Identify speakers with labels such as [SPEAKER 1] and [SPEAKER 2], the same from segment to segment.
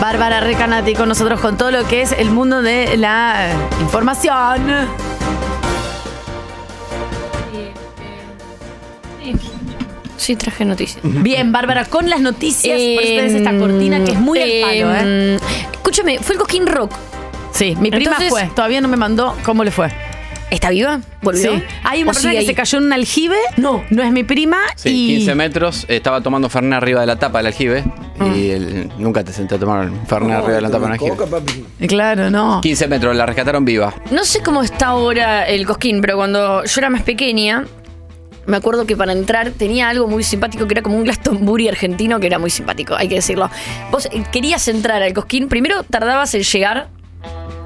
[SPEAKER 1] Bárbara Recanati con nosotros con todo lo que es el mundo de la eh, información.
[SPEAKER 2] Sí, traje noticias.
[SPEAKER 1] Bien, Bárbara, con las noticias, por eso tenés esta
[SPEAKER 2] Em,
[SPEAKER 1] cortina que es muy al palo, ¿eh?
[SPEAKER 2] em, Escúchame, fue el Cosquín Rock.
[SPEAKER 1] Sí, mi prima
[SPEAKER 2] Entonces-
[SPEAKER 1] fue, todavía no me mandó cómo le fue.
[SPEAKER 2] ¿Está viva? ¿Volvió?
[SPEAKER 1] Sí. Hay una
[SPEAKER 2] ¿O
[SPEAKER 1] persona
[SPEAKER 2] sigue
[SPEAKER 1] que
[SPEAKER 2] ahí?
[SPEAKER 1] se cayó en un aljibe. No. No es mi prima.
[SPEAKER 3] Sí,
[SPEAKER 1] y...
[SPEAKER 3] 15 metros, estaba tomando Fernet arriba de la tapa del aljibe
[SPEAKER 2] Ah.
[SPEAKER 3] y él- nunca te senté a tomar Fernet arriba de la tapa del aljibe.
[SPEAKER 1] Claro, no.
[SPEAKER 3] 15 metros, la rescataron viva.
[SPEAKER 2] No sé cómo está ahora el Cosquín, pero cuando yo era más pequeña, me acuerdo que para entrar tenía algo muy simpático que era como un Glastonbury argentino que era muy simpático, hay que decirlo. Vos eh, querías entrar al Cosquín, primero tardabas en llegar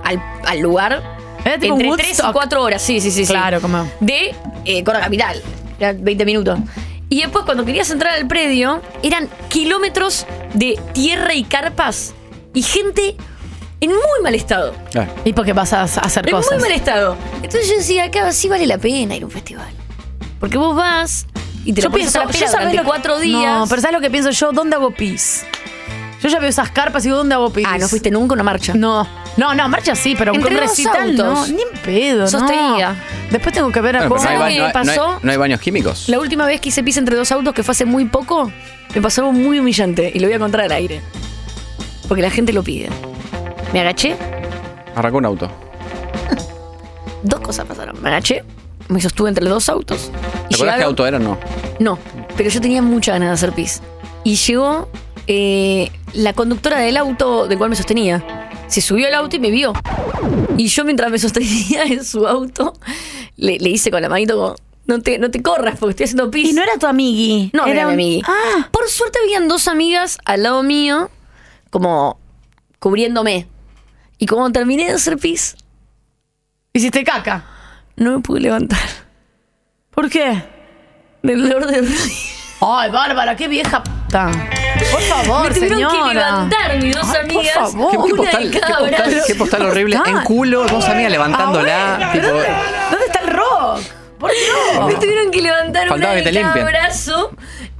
[SPEAKER 2] al, al lugar
[SPEAKER 1] Era tipo
[SPEAKER 2] entre
[SPEAKER 1] un
[SPEAKER 2] 3 y
[SPEAKER 1] Woodstock.
[SPEAKER 2] 4 horas, sí, sí, sí. sí.
[SPEAKER 1] Claro, como-
[SPEAKER 2] De eh, Córdoba Capital, era 20 minutos. Y después cuando querías entrar al predio, eran kilómetros de tierra y carpas y gente en muy mal estado.
[SPEAKER 3] Ah,
[SPEAKER 1] Y porque vas a a hacer
[SPEAKER 2] En
[SPEAKER 1] cosas.
[SPEAKER 2] muy mal estado. Entonces yo decía, acá sí vale la pena ir a un festival. Porque vos vas y te lo pones a la pera
[SPEAKER 1] sabés
[SPEAKER 2] durante
[SPEAKER 1] lo que-
[SPEAKER 2] cuatro días.
[SPEAKER 1] No, pero ¿sabes lo que pienso yo? ¿Dónde hago pis? Yo ya veo esas carpas y digo, ¿dónde hago pis?
[SPEAKER 2] ah, no fuiste nunca a una marcha.
[SPEAKER 1] No, no, no, marcha sí, pero
[SPEAKER 2] Entre
[SPEAKER 1] un
[SPEAKER 2] dos
[SPEAKER 1] recital no,
[SPEAKER 2] autos.
[SPEAKER 1] ni en pedo,
[SPEAKER 2] Sos
[SPEAKER 1] no.
[SPEAKER 2] teía.
[SPEAKER 1] Después tengo que ver a
[SPEAKER 3] bueno, pues pero
[SPEAKER 1] cómo.
[SPEAKER 3] no, hay,
[SPEAKER 2] ¿Sabes
[SPEAKER 3] ba- no
[SPEAKER 2] qué
[SPEAKER 3] hay- no hay-
[SPEAKER 2] pasó?
[SPEAKER 3] no hay baños químicos.
[SPEAKER 2] La última vez que hice pis entre dos autos, que fue hace muy poco, me pasó algo muy humillante. Y lo voy a contar al aire. Porque la gente lo pide. Me agaché.
[SPEAKER 3] Arrancó un auto.
[SPEAKER 2] Dos cosas pasaron. Me agaché. Me sostuve entre los dos autos.
[SPEAKER 3] ¿Te acordás qué
[SPEAKER 2] llegaron-
[SPEAKER 3] auto era o no?
[SPEAKER 2] No, pero yo tenía muchas ganas de hacer pis. Y llegó eh, la conductora del auto del cual me sostenía. Se subió al auto y me vio. Y yo mientras me sostenía en su auto, le, le hice con la manito como, no te, no te corras porque estoy haciendo pis.
[SPEAKER 1] Y no era tu amigui.
[SPEAKER 2] No, no era
[SPEAKER 1] un-
[SPEAKER 2] mi amigui.
[SPEAKER 1] Ah,
[SPEAKER 2] Por suerte habían dos amigas al lado mío, como cubriéndome. Y cuando terminé de hacer pis,
[SPEAKER 1] hiciste caca.
[SPEAKER 2] no me pude levantar
[SPEAKER 1] ¿Por qué?
[SPEAKER 2] del dolor de rodillas.
[SPEAKER 1] Ay, Bárbara, qué vieja puta. Por favor,
[SPEAKER 2] Me tuvieron
[SPEAKER 1] señora.
[SPEAKER 2] que levantar mis dos
[SPEAKER 1] Ay, por
[SPEAKER 2] amigas.
[SPEAKER 1] favor.
[SPEAKER 3] ¿Qué,
[SPEAKER 1] Oh,
[SPEAKER 3] qué
[SPEAKER 2] una
[SPEAKER 3] postal,
[SPEAKER 2] de
[SPEAKER 3] qué
[SPEAKER 2] cada
[SPEAKER 3] postal-
[SPEAKER 2] brazo.
[SPEAKER 3] qué postal horrible.
[SPEAKER 1] postal.
[SPEAKER 3] En culo, dos amigas
[SPEAKER 1] Ah,
[SPEAKER 3] levantándola.
[SPEAKER 1] bueno,
[SPEAKER 3] tipo, eh,
[SPEAKER 1] ¿Dónde está el rock? ¿Por qué no?
[SPEAKER 2] Me tuvieron que levantar
[SPEAKER 3] Faltaba
[SPEAKER 2] una
[SPEAKER 3] que
[SPEAKER 2] de
[SPEAKER 3] te
[SPEAKER 2] cada
[SPEAKER 3] limpien.
[SPEAKER 2] brazo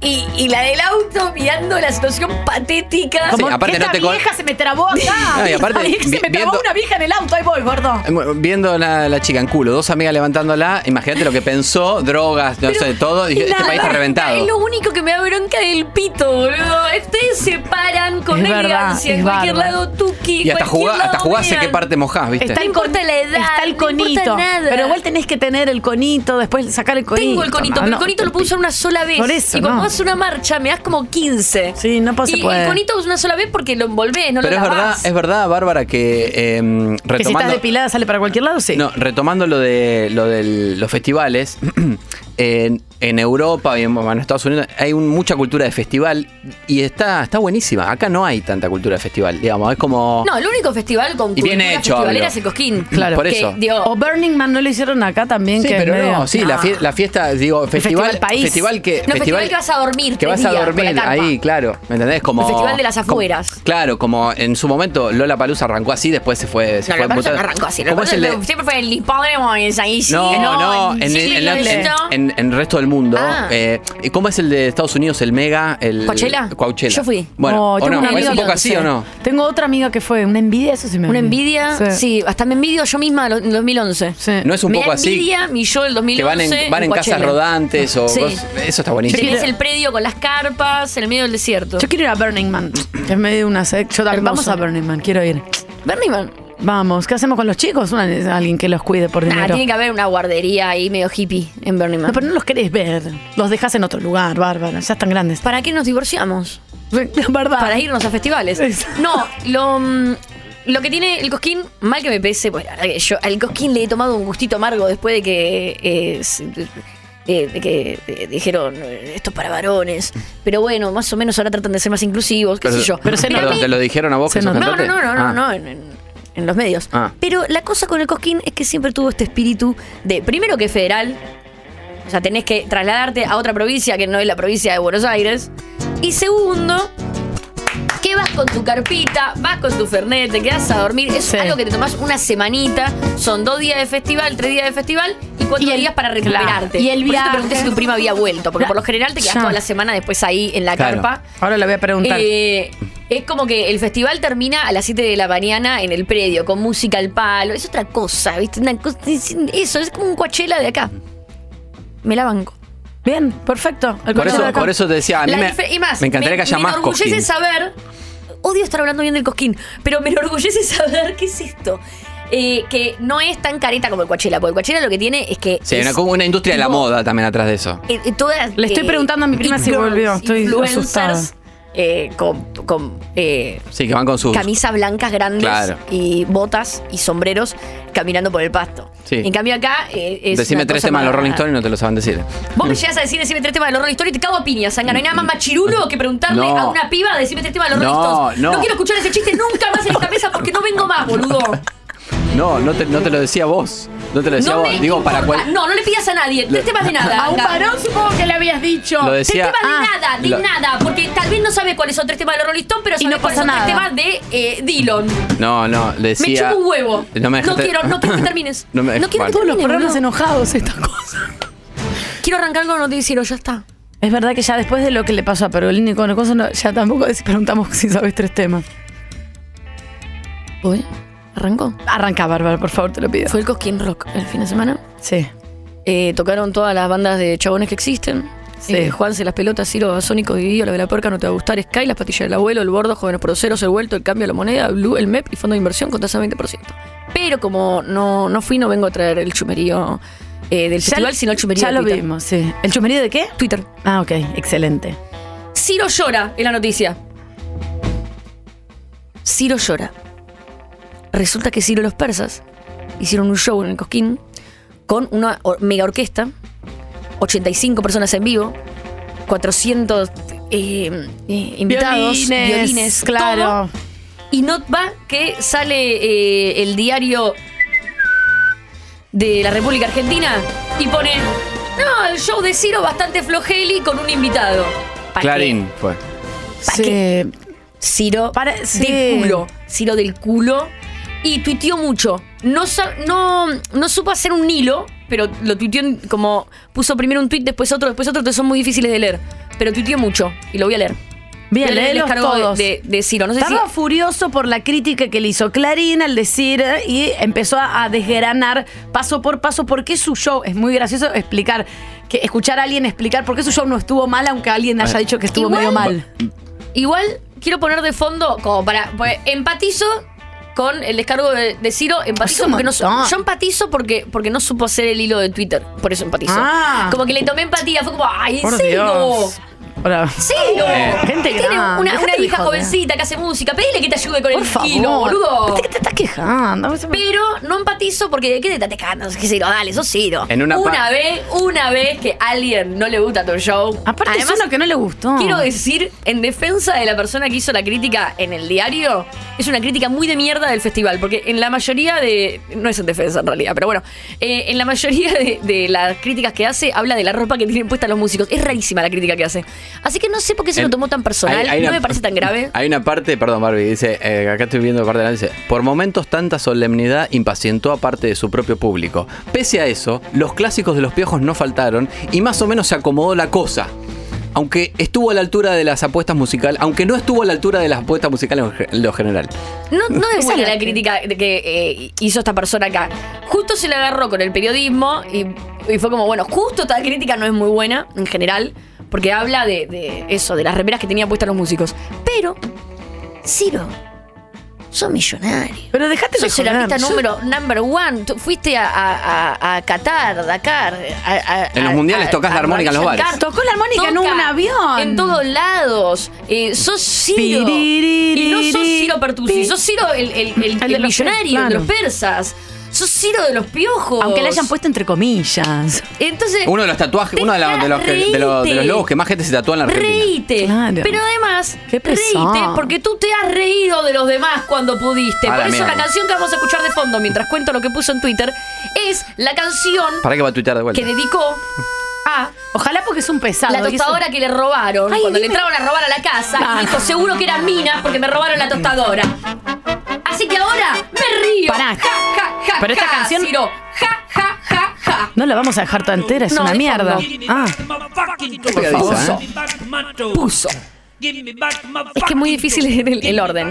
[SPEAKER 2] y, y la del auto mirando la situación patética.
[SPEAKER 3] Sí,
[SPEAKER 1] Como
[SPEAKER 3] aparte
[SPEAKER 1] que
[SPEAKER 3] no
[SPEAKER 1] esta
[SPEAKER 3] te co-
[SPEAKER 1] vieja se me trabó acá.
[SPEAKER 3] No, y aparte,
[SPEAKER 1] Ay, se
[SPEAKER 3] vi-
[SPEAKER 1] me trabó
[SPEAKER 3] viendo-
[SPEAKER 1] una vieja en el auto, ahí voy, gordo.
[SPEAKER 3] eh, viendo la, la chica en culo, dos amigas levantándola, imagínate lo que pensó, drogas, no sé, todo. Y este
[SPEAKER 2] Nada,
[SPEAKER 3] país está
[SPEAKER 2] Es
[SPEAKER 3] reventado.
[SPEAKER 2] lo único que me da bronca del pito, boludo. Ustedes se paran con
[SPEAKER 1] Es verdad,
[SPEAKER 2] elegancia.
[SPEAKER 1] es
[SPEAKER 2] en cualquier
[SPEAKER 1] bárbaro.
[SPEAKER 2] lado tuki.
[SPEAKER 3] Y hasta,
[SPEAKER 2] cualquier
[SPEAKER 3] jugá, hasta
[SPEAKER 2] lado
[SPEAKER 3] jugás en qué
[SPEAKER 2] vean.
[SPEAKER 3] parte mojás, ¿viste?
[SPEAKER 2] Está No importa la edad,
[SPEAKER 1] Está el
[SPEAKER 2] no importa
[SPEAKER 1] conito.
[SPEAKER 2] nada.
[SPEAKER 1] Pero igual tenés que tener el conito, después sacar el conito.
[SPEAKER 2] Tengo el conito,
[SPEAKER 1] No,
[SPEAKER 2] pero
[SPEAKER 1] ah, no,
[SPEAKER 2] el conito lo
[SPEAKER 1] te
[SPEAKER 2] puedo usar una sola vez.
[SPEAKER 1] Por eso,
[SPEAKER 2] y cuando
[SPEAKER 1] no.
[SPEAKER 2] haces una marcha me das como 15.
[SPEAKER 1] Sí, no pasa
[SPEAKER 2] Y el conito es una sola vez porque lo envolvés, no
[SPEAKER 3] Pero
[SPEAKER 2] lo
[SPEAKER 3] es verdad,
[SPEAKER 2] lavás.
[SPEAKER 3] es verdad, Bárbara, que eh,
[SPEAKER 1] Que si estás
[SPEAKER 3] retomando.
[SPEAKER 1] depilada sale para cualquier lado, sí.
[SPEAKER 3] no, retomando lo de lo del- los festivales, en, en Europa y en, bueno, en Estados Unidos hay un- mucha cultura de festival y está, está buenísima. Acá no hay tanta cultura de festival, digamos, es como.
[SPEAKER 2] No, el único festival con
[SPEAKER 3] Y bien
[SPEAKER 2] cultura
[SPEAKER 3] hecho,
[SPEAKER 2] festivalera
[SPEAKER 3] hablo.
[SPEAKER 2] es el Cosquín.
[SPEAKER 3] Claro. Por
[SPEAKER 2] Que,
[SPEAKER 3] eso.
[SPEAKER 2] digo,
[SPEAKER 1] O Burning Man no lo hicieron acá también.
[SPEAKER 3] Sí,
[SPEAKER 1] que es
[SPEAKER 3] pero
[SPEAKER 1] medio-
[SPEAKER 3] no, sí, La,
[SPEAKER 1] Ah.
[SPEAKER 3] fie- la fiesta, digo, festival.
[SPEAKER 1] festival país.
[SPEAKER 3] Festival que.
[SPEAKER 2] No, festival que vas a dormir
[SPEAKER 3] Que
[SPEAKER 2] tres
[SPEAKER 3] vas a
[SPEAKER 2] días con
[SPEAKER 3] dormir
[SPEAKER 2] la carpa.
[SPEAKER 3] ahí, claro. ¿Me entendés? Como.
[SPEAKER 2] El festival de las
[SPEAKER 3] como-
[SPEAKER 2] afueras.
[SPEAKER 3] claro, como en su momento Lola Palusa arrancó así, después se fue. Se
[SPEAKER 2] no,
[SPEAKER 3] fue
[SPEAKER 2] la persona
[SPEAKER 3] mutando.
[SPEAKER 2] arrancó así.
[SPEAKER 3] ¿Cómo es el de-
[SPEAKER 2] Siempre fue el hipódromo y el Saishi.
[SPEAKER 3] No, no, en, el-
[SPEAKER 2] Chile,
[SPEAKER 3] en la- en-
[SPEAKER 2] ¿no?
[SPEAKER 3] en- en el resto del mundo.
[SPEAKER 2] Ah.
[SPEAKER 3] Eh, ¿y ¿Cómo es el de Estados Unidos, el Mega? El,
[SPEAKER 2] ¿Coachella?
[SPEAKER 3] Coachella.
[SPEAKER 2] Yo fui.
[SPEAKER 3] Bueno,
[SPEAKER 1] Oh,
[SPEAKER 3] o
[SPEAKER 1] tengo
[SPEAKER 3] no,
[SPEAKER 1] una
[SPEAKER 3] ¿es
[SPEAKER 1] amiga
[SPEAKER 3] un
[SPEAKER 1] que
[SPEAKER 3] poco
[SPEAKER 1] lo
[SPEAKER 3] así
[SPEAKER 1] sé.
[SPEAKER 3] o no?
[SPEAKER 1] Tengo otra amiga que fue. Una envidia, eso sí me
[SPEAKER 2] Una envidia, sí.
[SPEAKER 1] Sí.
[SPEAKER 2] hasta me envidio yo misma lo- en 2011.
[SPEAKER 1] Sí.
[SPEAKER 3] No es un
[SPEAKER 2] me
[SPEAKER 3] poco
[SPEAKER 2] da
[SPEAKER 3] así.
[SPEAKER 2] envidia mi yo del 2011.
[SPEAKER 3] Que van en, van en casas
[SPEAKER 2] Coachella.
[SPEAKER 3] rodantes o
[SPEAKER 2] Sí.
[SPEAKER 3] cosas- Eso está buenísimo.
[SPEAKER 2] Tenés el predio con las carpas, en el medio del desierto.
[SPEAKER 1] Yo quiero ir a Burning Man. que Es medio una sec. Yo también. Vamos
[SPEAKER 2] Hermoso.
[SPEAKER 1] a Burning Man, quiero ir.
[SPEAKER 2] Bernie, man.
[SPEAKER 1] Vamos, ¿qué hacemos con los chicos? Una- alguien que los cuide por
[SPEAKER 2] Nah,
[SPEAKER 1] dinero.
[SPEAKER 2] tiene que haber una guardería ahí medio hippie en Bernie, man.
[SPEAKER 1] No, pero no los querés ver. Los dejas en otro lugar, bárbara. Ya están grandes.
[SPEAKER 2] ¿Para qué nos divorciamos?
[SPEAKER 1] La verdad.
[SPEAKER 2] para irnos a festivales.
[SPEAKER 1] Exacto.
[SPEAKER 2] No, lo, mm, lo que tiene el Cosquín, mal que me pese, pues la verdad que yo al Cosquín le he tomado un gustito amargo después de que. eh, se- eh, de que eh, dijeron eh, esto es para varones. Pero bueno, más o menos ahora tratan de ser más inclusivos, qué sé yo.
[SPEAKER 1] pero se
[SPEAKER 3] Perdón,
[SPEAKER 1] nota.
[SPEAKER 3] ¿Te lo dijeron a vos
[SPEAKER 1] Se
[SPEAKER 3] que sos
[SPEAKER 1] nota.
[SPEAKER 2] No, no,
[SPEAKER 3] cantante?
[SPEAKER 2] no, no, no,
[SPEAKER 3] Ah.
[SPEAKER 2] no, en, en- en los medios.
[SPEAKER 3] Ah.
[SPEAKER 2] Pero la cosa con el Cosquín es que siempre tuvo este espíritu de, primero que es federal, o sea, tenés que trasladarte a otra provincia que no es la provincia de Buenos Aires, y segundo, que Aparte vas con tu carpita, vas con tu fernet, te quedas a dormir. Es
[SPEAKER 1] Sí.
[SPEAKER 2] algo que te tomás una semanita. Son dos días de festival, tres días de festival y cuatro
[SPEAKER 1] Y el-
[SPEAKER 2] días para recuperarte.
[SPEAKER 1] claro. Y el
[SPEAKER 2] Por eso te pregunté
[SPEAKER 1] viaje.
[SPEAKER 2] si tu prima había vuelto, porque por lo general te quedas
[SPEAKER 1] Ya.
[SPEAKER 2] toda la semana después ahí en la
[SPEAKER 3] Claro.
[SPEAKER 2] carpa.
[SPEAKER 1] Ahora la voy a preguntar.
[SPEAKER 2] Eh, es como que el festival termina a las 7 de la mañana en el predio, con música al palo. Es otra cosa, ¿viste? Una cosa- es- eso, es como un coachela de acá. Me la banco.
[SPEAKER 1] Bien, perfecto. El
[SPEAKER 3] Por
[SPEAKER 1] coche de
[SPEAKER 3] eso,
[SPEAKER 1] acá.
[SPEAKER 3] por eso te decía, a mí
[SPEAKER 2] La
[SPEAKER 3] me,
[SPEAKER 2] dife- y más,
[SPEAKER 3] me encantaría que haya más
[SPEAKER 2] Me enorgullece
[SPEAKER 3] cosquín.
[SPEAKER 2] saber. Odio estar hablando bien del cosquín, pero me enorgullece saber qué es esto. Eh, que no es tan careta como el Coachella, porque el Coachella lo que tiene es que.
[SPEAKER 3] Sí, hay
[SPEAKER 2] es
[SPEAKER 3] una, como una industria de la
[SPEAKER 2] tipo,
[SPEAKER 3] moda también atrás de eso.
[SPEAKER 2] eh, eh, todas,
[SPEAKER 1] Le estoy
[SPEAKER 2] eh,
[SPEAKER 1] preguntando a mi prima
[SPEAKER 2] it
[SPEAKER 1] si
[SPEAKER 2] girls,
[SPEAKER 1] volvió, estoy
[SPEAKER 2] influencers,
[SPEAKER 1] asustada.
[SPEAKER 2] eh, con. con, eh,
[SPEAKER 3] Sí, que van con sus.
[SPEAKER 2] camisas blancas grandes
[SPEAKER 3] Claro.
[SPEAKER 2] y botas y sombreros caminando por el pasto.
[SPEAKER 3] Sí.
[SPEAKER 2] En cambio acá eh, es
[SPEAKER 3] Decime
[SPEAKER 2] una
[SPEAKER 3] tres
[SPEAKER 2] cosa
[SPEAKER 3] temas de los
[SPEAKER 2] más-
[SPEAKER 3] Rolling Stones y no te lo saben decir.
[SPEAKER 2] Vos me llegás a decir decime tres temas de los Rolling Stones y te cago a piña, Sanga. No hay nada más machirulo que preguntarle
[SPEAKER 3] No.
[SPEAKER 2] a una piba decime tres temas de los
[SPEAKER 3] No,
[SPEAKER 2] Rolling Stones.
[SPEAKER 3] no.
[SPEAKER 2] quiero escuchar ese chiste nunca más en esta mesa porque no vengo más, boludo.
[SPEAKER 3] No, no te, no te lo decía vos. No te lo decía
[SPEAKER 2] No
[SPEAKER 3] vos.
[SPEAKER 2] me
[SPEAKER 3] Digo, para
[SPEAKER 2] importa.
[SPEAKER 3] cuál.
[SPEAKER 2] No, no le pidas a nadie. Tres temas de nada.
[SPEAKER 1] A un
[SPEAKER 2] Anga.
[SPEAKER 1] varón supongo que le habías dicho.
[SPEAKER 3] Lo
[SPEAKER 2] Tres
[SPEAKER 3] decía.
[SPEAKER 2] temas de
[SPEAKER 1] Ah,
[SPEAKER 2] nada, de
[SPEAKER 3] lo-
[SPEAKER 2] nada. Porque tal vez no sabe cuáles son tres temas de los Rolling Stones, pero sabe
[SPEAKER 1] no
[SPEAKER 2] cuáles
[SPEAKER 1] pasa
[SPEAKER 2] son tres
[SPEAKER 1] nada.
[SPEAKER 2] temas de eh, Dylan.
[SPEAKER 3] No, no, le
[SPEAKER 2] Me
[SPEAKER 3] decía.
[SPEAKER 2] chupa un huevo.
[SPEAKER 3] No me dejaste-
[SPEAKER 2] quiero, no quiero que termines.
[SPEAKER 3] No me dejaste-
[SPEAKER 2] No quiero que
[SPEAKER 3] Bueno.
[SPEAKER 1] Todos los
[SPEAKER 2] termines,
[SPEAKER 1] programas
[SPEAKER 2] boludo.
[SPEAKER 1] enojados, estas cosas.
[SPEAKER 2] Quiero arrancar con noticiero, ya está.
[SPEAKER 1] Es verdad que ya después de lo que le pasó a Perolini con el coso, no- ya tampoco les preguntamos si sabes tres temas.
[SPEAKER 2] ¿Voy? ¿Arrancó?
[SPEAKER 1] Arranca, Bárbara, por favor, te lo pido.
[SPEAKER 2] Fue el Cosquín Rock el fin de semana.
[SPEAKER 1] Sí.
[SPEAKER 2] Eh, tocaron todas las bandas de chabones que existen.
[SPEAKER 1] Sí.
[SPEAKER 2] Eh, Juanse, Las Pelotas, Ciro, Sónico, Dividido, La de la Puerca, No Te Va a Gustar, Sky, Las Patillas del Abuelo, El Bordo, Jóvenes Proceros, El Vuelto, El Cambio a la Moneda, Blue, El MEP y Fondo de Inversión con tasa 20%. Pero como no, no fui, no vengo a traer el chumerío eh, del festival, sino el chumerío
[SPEAKER 1] Ya
[SPEAKER 2] de
[SPEAKER 1] lo
[SPEAKER 2] Twitter.
[SPEAKER 1] vimos, sí. ¿El chumerío de qué?
[SPEAKER 2] Twitter.
[SPEAKER 1] Ah, ok, excelente.
[SPEAKER 2] Ciro llora, es la noticia. Ciro llora. Resulta que Ciro y los persas hicieron un show en el Cosquín con una or- mega orquesta, 85 personas en vivo, 400 eh, eh, invitados, violines, todo.
[SPEAKER 1] claro.
[SPEAKER 2] Y no va que sale eh, el diario de la República Argentina y pone, no, el show de Ciro bastante flojeli con un invitado. ¿Pa' qué?
[SPEAKER 3] Clarín pues. fue.
[SPEAKER 2] ¿Para
[SPEAKER 1] Sí.
[SPEAKER 2] qué? Ciro
[SPEAKER 1] Para- sí.
[SPEAKER 2] del culo. Ciro del culo. Y tuiteó mucho. No, sa- no, no supo hacer un hilo, pero lo tuiteó en- como puso primero un tuit, después otro, después otro, entonces son muy difíciles de leer. Pero tuiteó mucho y lo voy a leer.
[SPEAKER 1] Bien,
[SPEAKER 2] Voy a leer el
[SPEAKER 1] léelos
[SPEAKER 2] descargo de-
[SPEAKER 1] todos.
[SPEAKER 2] De, de Ciro. No sé
[SPEAKER 1] Estaba
[SPEAKER 2] si.
[SPEAKER 1] furioso por la crítica que le hizo Clarín al decir eh, y empezó a, a desgranar paso por paso por qué su show, es muy gracioso explicar, que escuchar a alguien explicar por qué su show no estuvo mal aunque alguien haya dicho que estuvo
[SPEAKER 2] Igual-
[SPEAKER 1] medio mal.
[SPEAKER 2] Igual quiero poner de fondo, como para. pues, empatizo con el descargo de, de Ciro.
[SPEAKER 1] Es
[SPEAKER 2] Empatizo
[SPEAKER 1] un
[SPEAKER 2] porque no, su-
[SPEAKER 1] montón.
[SPEAKER 2] Yo empatizo porque, porque no supo hacer el hilo de Twitter. Por eso empatizo.
[SPEAKER 1] Ah.
[SPEAKER 2] Como que le tomé empatía. Fue como, ¡ay,
[SPEAKER 1] Por
[SPEAKER 2] Ciro!
[SPEAKER 1] Dios. Ahora-
[SPEAKER 3] Ah,
[SPEAKER 2] ¡Ciro!
[SPEAKER 1] Gente
[SPEAKER 2] Que tiene
[SPEAKER 1] grande,
[SPEAKER 2] una,
[SPEAKER 1] dejate
[SPEAKER 2] una
[SPEAKER 1] de
[SPEAKER 2] hija
[SPEAKER 1] joder.
[SPEAKER 2] jovencita que hace música. Pedile que te ayude
[SPEAKER 1] Por
[SPEAKER 2] con el
[SPEAKER 1] favor.
[SPEAKER 2] hilo, boludo.
[SPEAKER 1] Viste que te estás quejando.
[SPEAKER 2] Pero no empatizo porque ¿de qué te estás quejando? Es que Ciro, dale, sos Ciro.
[SPEAKER 3] En una pa-
[SPEAKER 2] una vez, una vez que a alguien no le gusta tu show.
[SPEAKER 1] Aparte
[SPEAKER 2] Además,
[SPEAKER 1] es uno que no le gustó.
[SPEAKER 2] Quiero decir, en defensa de la persona que hizo la crítica en el diario, es una crítica muy de mierda del festival, porque en la mayoría de. No es en defensa en realidad, pero bueno. eh, en la mayoría de, de las críticas que hace, habla de la ropa que tienen puesta los músicos. Es rarísima la crítica que hace. Así que no sé por qué se lo
[SPEAKER 3] En-
[SPEAKER 2] tomó tan personal,
[SPEAKER 3] hay- hay
[SPEAKER 2] no
[SPEAKER 3] una-
[SPEAKER 2] me parece tan grave.
[SPEAKER 3] Hay una parte, perdón, Barbie, dice, eh, acá estoy viendo parte de la dice, por momentos tanta solemnidad impacientó a parte de su propio público. Pese a eso, los clásicos de los piojos no faltaron y más o menos se acomodó la cosa. Aunque estuvo a la altura de las apuestas musicales, aunque no estuvo a la altura de las apuestas musicales en ge- en lo general.
[SPEAKER 2] No, no
[SPEAKER 1] Esa
[SPEAKER 2] es
[SPEAKER 1] es
[SPEAKER 2] buena
[SPEAKER 1] la
[SPEAKER 2] la
[SPEAKER 1] que-
[SPEAKER 2] crítica de que eh, hizo esta persona acá. Justo se la agarró con el periodismo y, y fue como, bueno, justo esta crítica no es muy buena en general, porque habla de, de eso, de las remeras que tenía puestas los músicos. Pero, Ciro, sos millonario.
[SPEAKER 1] Pero dejate de
[SPEAKER 2] Sos el
[SPEAKER 1] joder.
[SPEAKER 2] artista
[SPEAKER 1] Yo-
[SPEAKER 2] número number one. Tú fuiste a, a- a- a Qatar, Dakar. a- a-
[SPEAKER 3] En los
[SPEAKER 2] a-
[SPEAKER 3] mundiales
[SPEAKER 2] a-
[SPEAKER 3] tocás la
[SPEAKER 2] a
[SPEAKER 3] armónica en los
[SPEAKER 2] Madagascar.
[SPEAKER 3] bares.
[SPEAKER 1] Tocó la armónica en
[SPEAKER 2] Toca
[SPEAKER 1] un avión.
[SPEAKER 2] En todos lados. Eh, sos Ciro.
[SPEAKER 1] Piririri,
[SPEAKER 2] Y no sos Ciro Pertusi.
[SPEAKER 1] pi.
[SPEAKER 2] Sos Ciro el, el- el-
[SPEAKER 1] de
[SPEAKER 2] el
[SPEAKER 1] los
[SPEAKER 2] millonario,
[SPEAKER 1] per-
[SPEAKER 2] el de los
[SPEAKER 1] claro.
[SPEAKER 2] persas. Sos Ciro de los piojos.
[SPEAKER 1] Aunque le hayan puesto entre comillas.
[SPEAKER 2] Entonces.
[SPEAKER 3] Uno de los tatuajes, uno de, la- de los, que- de los- de los logos que más gente se tatúa en la Argentina.
[SPEAKER 2] Reíte.
[SPEAKER 1] Claro.
[SPEAKER 2] Pero además,
[SPEAKER 1] Qué pesado.
[SPEAKER 2] reíte porque tú te has reído de los demás cuando pudiste.
[SPEAKER 3] A la
[SPEAKER 2] Por eso la
[SPEAKER 3] mierda.
[SPEAKER 2] canción que vamos a escuchar de fondo mientras cuento lo que puso en Twitter es la canción
[SPEAKER 3] ¿Para qué va a tuitear de vuelta?
[SPEAKER 2] que dedicó papá.
[SPEAKER 1] Ojalá porque es un pesado.
[SPEAKER 2] La
[SPEAKER 1] y eso-
[SPEAKER 2] tostadora que le robaron.
[SPEAKER 1] Ay,
[SPEAKER 2] cuando le
[SPEAKER 1] dime-
[SPEAKER 2] entraron a robar a la casa,
[SPEAKER 1] Ah.
[SPEAKER 2] y dijo, seguro que era mina porque me robaron la tostadora. Así que ahora me río.
[SPEAKER 1] Pará.
[SPEAKER 2] Ja, ja, ja,
[SPEAKER 1] Pero esta
[SPEAKER 2] ja,
[SPEAKER 1] canción-
[SPEAKER 2] Ciro. Ja, ja, ja, ja.
[SPEAKER 1] No la vamos a dejar tan entera, es
[SPEAKER 2] No,
[SPEAKER 1] una
[SPEAKER 2] de
[SPEAKER 1] mierda.
[SPEAKER 2] fondo.
[SPEAKER 1] Ah,
[SPEAKER 3] Pegadiza, ¿eh?
[SPEAKER 2] Puso.
[SPEAKER 4] Es que es muy difícil el, el orden.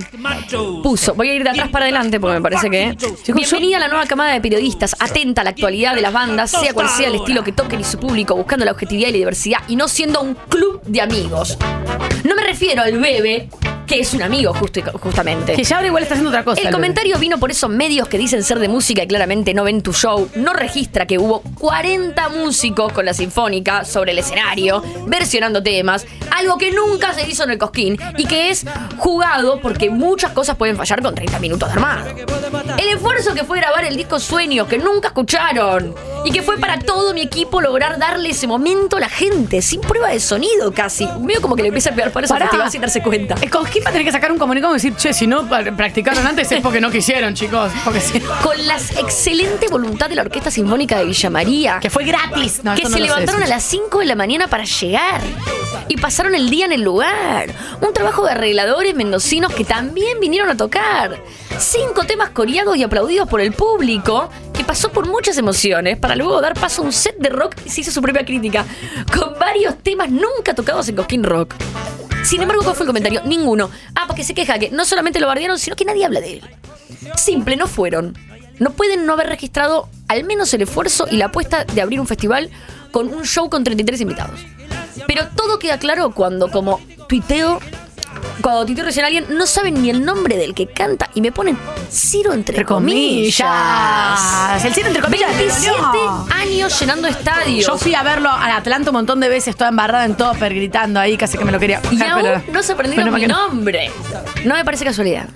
[SPEAKER 2] Puso. Voy a ir de atrás para adelante porque me parece que. eh. Bienvenida a la nueva camada de periodistas, atenta a la actualidad de las bandas, sea cual sea el estilo que toquen y su público, buscando la objetividad y la diversidad y no siendo un club de amigos. No me refiero al bebé, que es un amigo, justo y- justamente.
[SPEAKER 1] que ya ahora igual está haciendo otra cosa.
[SPEAKER 2] El
[SPEAKER 1] Lore.
[SPEAKER 2] comentario vino por esos medios que dicen ser de música y claramente no ven tu show. No registra que hubo 40 músicos con la sinfónica sobre el escenario, versionando temas, algo que nunca se hizo en el Cosquín y que es jugado porque muchas cosas pueden fallar con 30 minutos de armado. El esfuerzo que fue grabar el disco Sueños, que nunca escucharon, y que fue para todo mi equipo lograr darle ese momento a la gente, sin prueba de sonido casi. Medio como que le empieza a pegar para eso
[SPEAKER 1] Pará.
[SPEAKER 2] sin darse cuenta.
[SPEAKER 1] El Cosquín va a tener que sacar un comunicado y decir, che, si no pa- practicaron antes es porque no quisieron, chicos. Porque si no-
[SPEAKER 2] con la excelente voluntad de la Orquesta Sinfónica de Villa María,
[SPEAKER 1] Que fue gratis. No,
[SPEAKER 2] que
[SPEAKER 1] esto no
[SPEAKER 2] se
[SPEAKER 1] lo sé
[SPEAKER 2] levantaron a
[SPEAKER 1] decir.
[SPEAKER 2] las 5 de la mañana para llegar y pasaron el día en el lugar. Un trabajo de arregladores mendocinos que también vinieron a tocar. Cinco temas coreados y aplaudidos por el público que pasó por muchas emociones para luego dar paso a un set de rock y se hizo su propia crítica con varios temas nunca tocados en Cosquín Rock. Sin embargo, ¿cuál fue el comentario? Ninguno. Ah, porque se queja que no solamente lo bardearon, sino que nadie habla de él. Simple, no fueron. No pueden no haber registrado al menos el esfuerzo y la apuesta de abrir un festival con un show con 33 invitados. Pero todo queda claro cuando, como tuiteo, cuando tuiteo recién a alguien, no saben ni el nombre del que canta y me ponen Ciro entre,
[SPEAKER 1] Entre comillas.
[SPEAKER 2] comillas.
[SPEAKER 1] El cine entre comillas. me
[SPEAKER 2] 27
[SPEAKER 1] dolió.
[SPEAKER 2] años llenando estadios.
[SPEAKER 1] Yo fui a verlo al Atlanta un montón de veces, toda embarrada en topper, gritando ahí, casi que me lo quería.
[SPEAKER 2] Y
[SPEAKER 1] bajar,
[SPEAKER 2] aún
[SPEAKER 1] pero-
[SPEAKER 2] no se
[SPEAKER 1] menos
[SPEAKER 2] aprendieron
[SPEAKER 1] mal
[SPEAKER 2] mi
[SPEAKER 1] que no.
[SPEAKER 2] nombre. No me parece casualidad.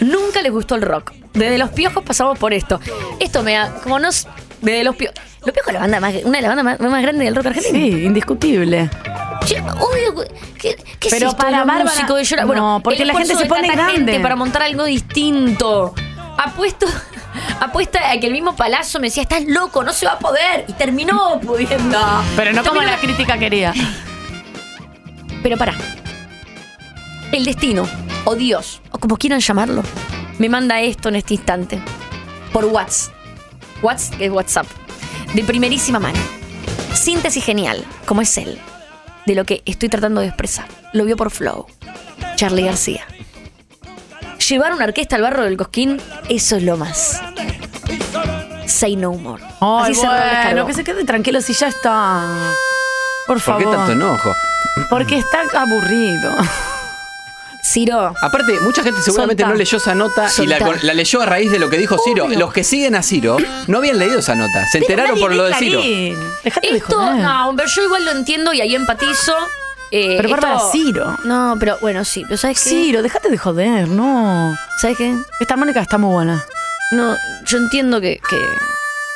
[SPEAKER 2] Nunca les gustó el rock. Desde los piojos pasamos por esto. Esto me da. Como nos. Desde los piojos. Los piojos es la banda más, una de las bandas más, más grandes del rock argentino.
[SPEAKER 1] Sí, indiscutible.
[SPEAKER 2] Yo odio. ¿Qué, qué es
[SPEAKER 1] Pero
[SPEAKER 2] esto
[SPEAKER 1] para
[SPEAKER 2] de
[SPEAKER 1] Bárbara-
[SPEAKER 2] músico de llorar? Bueno,
[SPEAKER 1] No, porque
[SPEAKER 2] el
[SPEAKER 1] la gente
[SPEAKER 2] esfuerzo
[SPEAKER 1] se
[SPEAKER 2] de
[SPEAKER 1] pone
[SPEAKER 2] tanta gente
[SPEAKER 1] grande.
[SPEAKER 2] para montar algo distinto. Apuesto. Apuesta a que el mismo Palazzo me decía, estás loco, no se va a poder. Y terminó pudiendo.
[SPEAKER 1] Pero no como
[SPEAKER 2] Terminó-
[SPEAKER 1] la crítica quería.
[SPEAKER 2] Pero pará. El destino, o Dios, o como quieran llamarlo, me manda esto en este instante. Por WhatsApp. WhatsApp que es WhatsApp. De primerísima mano. Síntesis genial, como es él, de lo que estoy tratando de expresar. Lo vio por Flow. Charlie García. Llevar una orquesta al barro del Cosquín, eso es lo más. Say no more.
[SPEAKER 1] Ay,
[SPEAKER 2] cerró Descargó.
[SPEAKER 1] bueno, que se quede tranquilo si ya está. Por
[SPEAKER 3] ¿Por
[SPEAKER 1] favor.
[SPEAKER 3] qué tanto enojo?
[SPEAKER 1] Porque está aburrido.
[SPEAKER 2] Ciro,
[SPEAKER 3] Aparte, mucha gente seguramente
[SPEAKER 1] Soltá.
[SPEAKER 3] no leyó esa nota y la,
[SPEAKER 2] Soltá.
[SPEAKER 3] la leyó a raíz de lo que dijo Ciro.
[SPEAKER 2] Obvio.
[SPEAKER 3] Los que siguen a Ciro no habían leído esa nota. Se enteraron por lo de Ciro.
[SPEAKER 1] Dejate de
[SPEAKER 2] Esto,
[SPEAKER 1] joder.
[SPEAKER 2] no, pero yo igual lo entiendo y ahí empatizo. Eh,
[SPEAKER 1] Pero Bárbara,
[SPEAKER 2] esto-
[SPEAKER 1] Ciro.
[SPEAKER 2] No, pero bueno, sí, pero ¿sabes qué?
[SPEAKER 1] Ciro, déjate de joder, no.
[SPEAKER 2] ¿Sabes qué?
[SPEAKER 1] Esta armónica está muy buena.
[SPEAKER 2] No, yo entiendo que, que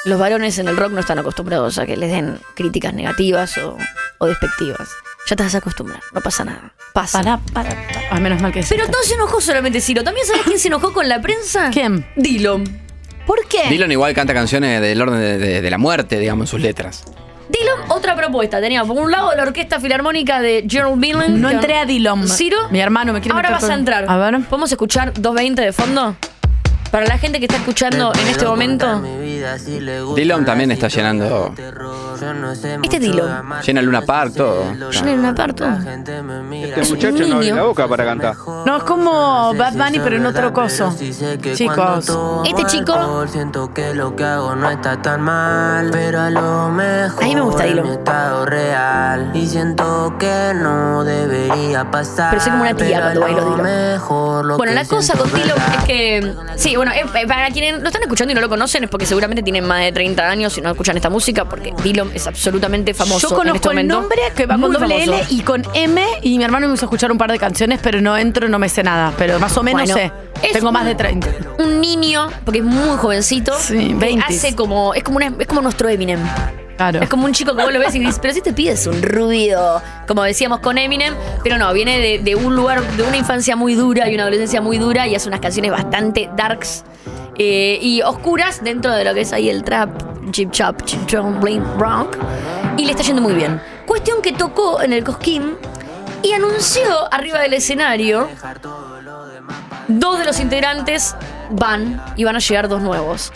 [SPEAKER 2] los varones en el rock no están acostumbrados a que les den críticas negativas o, o despectivas. Ya te vas a acostumbrar, no pasa nada. Pasa.
[SPEAKER 1] Pará, pará, pará. Ay, menos mal que es
[SPEAKER 2] Pero
[SPEAKER 1] esta.
[SPEAKER 2] no se enojó solamente Ciro. ¿También sabes quién se enojó con la prensa?
[SPEAKER 1] ¿Quién?
[SPEAKER 2] Dylan. ¿Por qué?
[SPEAKER 3] Dylan igual canta canciones del orden de, de- de la muerte, digamos, en sus letras.
[SPEAKER 2] Dylan, otra propuesta. Teníamos por un lado la Orquesta Filarmónica de Gerald Dylan.
[SPEAKER 1] No entré a Dilom.
[SPEAKER 2] Ciro.
[SPEAKER 1] Mi hermano me quiere
[SPEAKER 2] Ahora
[SPEAKER 1] meter
[SPEAKER 2] vas a
[SPEAKER 1] con-
[SPEAKER 2] entrar.
[SPEAKER 1] A ver.
[SPEAKER 2] ¿Podemos escuchar 2.20 de fondo? Para la gente que está escuchando en este momento.
[SPEAKER 3] Dylan también está llenando.
[SPEAKER 2] Este es Dylan.
[SPEAKER 3] Llena Luna Park, todo.
[SPEAKER 2] Yo en un aparto.
[SPEAKER 5] Este muchacho no abre la boca para cantar.
[SPEAKER 1] No, es como Bad Bunny, pero en otro coso. Chicos.
[SPEAKER 2] Este chico.
[SPEAKER 6] Siento que lo que hago no está tan mal, pero a lo mejor
[SPEAKER 2] A mí me gusta
[SPEAKER 6] es
[SPEAKER 2] Dilo.
[SPEAKER 6] mi estado real y siento que no debería pasar.
[SPEAKER 2] Pero soy como una tía
[SPEAKER 6] pero a
[SPEAKER 2] cuando bailo
[SPEAKER 6] lo
[SPEAKER 2] Dilo.
[SPEAKER 6] mejor lo
[SPEAKER 2] Bueno,
[SPEAKER 6] que
[SPEAKER 2] la cosa
[SPEAKER 6] siento
[SPEAKER 2] con Dylan
[SPEAKER 6] verdad.
[SPEAKER 2] es que. Sí, bueno, eh, eh, para quienes lo están escuchando y no lo conocen es porque seguramente tienen más de 30 años y no escuchan esta música porque Dylan es absolutamente famoso.
[SPEAKER 1] Yo
[SPEAKER 2] en este
[SPEAKER 1] conozco el
[SPEAKER 2] momento.
[SPEAKER 1] nombre que va con
[SPEAKER 2] Muy
[SPEAKER 1] doble
[SPEAKER 2] famoso.
[SPEAKER 1] L y con M y mi hermano me hizo escuchar un par de canciones, pero no entro, no me sé nada. Pero más o menos
[SPEAKER 2] Bueno,
[SPEAKER 1] sé.
[SPEAKER 2] es
[SPEAKER 1] Tengo más
[SPEAKER 2] un-
[SPEAKER 1] de 30.
[SPEAKER 2] Un niño, porque es muy jovencito.
[SPEAKER 1] Sí,
[SPEAKER 2] que
[SPEAKER 1] 20s.
[SPEAKER 2] Hace como. Es como, una- es como nuestro Eminem.
[SPEAKER 1] Claro.
[SPEAKER 2] Es como un chico que vos lo ves y dices, pero si te pides un ruido, como decíamos con Eminem, pero no, viene de, de un lugar, de una infancia muy dura y una adolescencia muy dura y hace unas canciones bastante darks eh, y oscuras dentro de lo que es ahí el trap, chip chop, chip chop, bling, rock. y le está yendo muy bien. Cuestión que tocó en el Cosquín y anunció arriba del escenario dos de los integrantes van y van a llegar dos nuevos.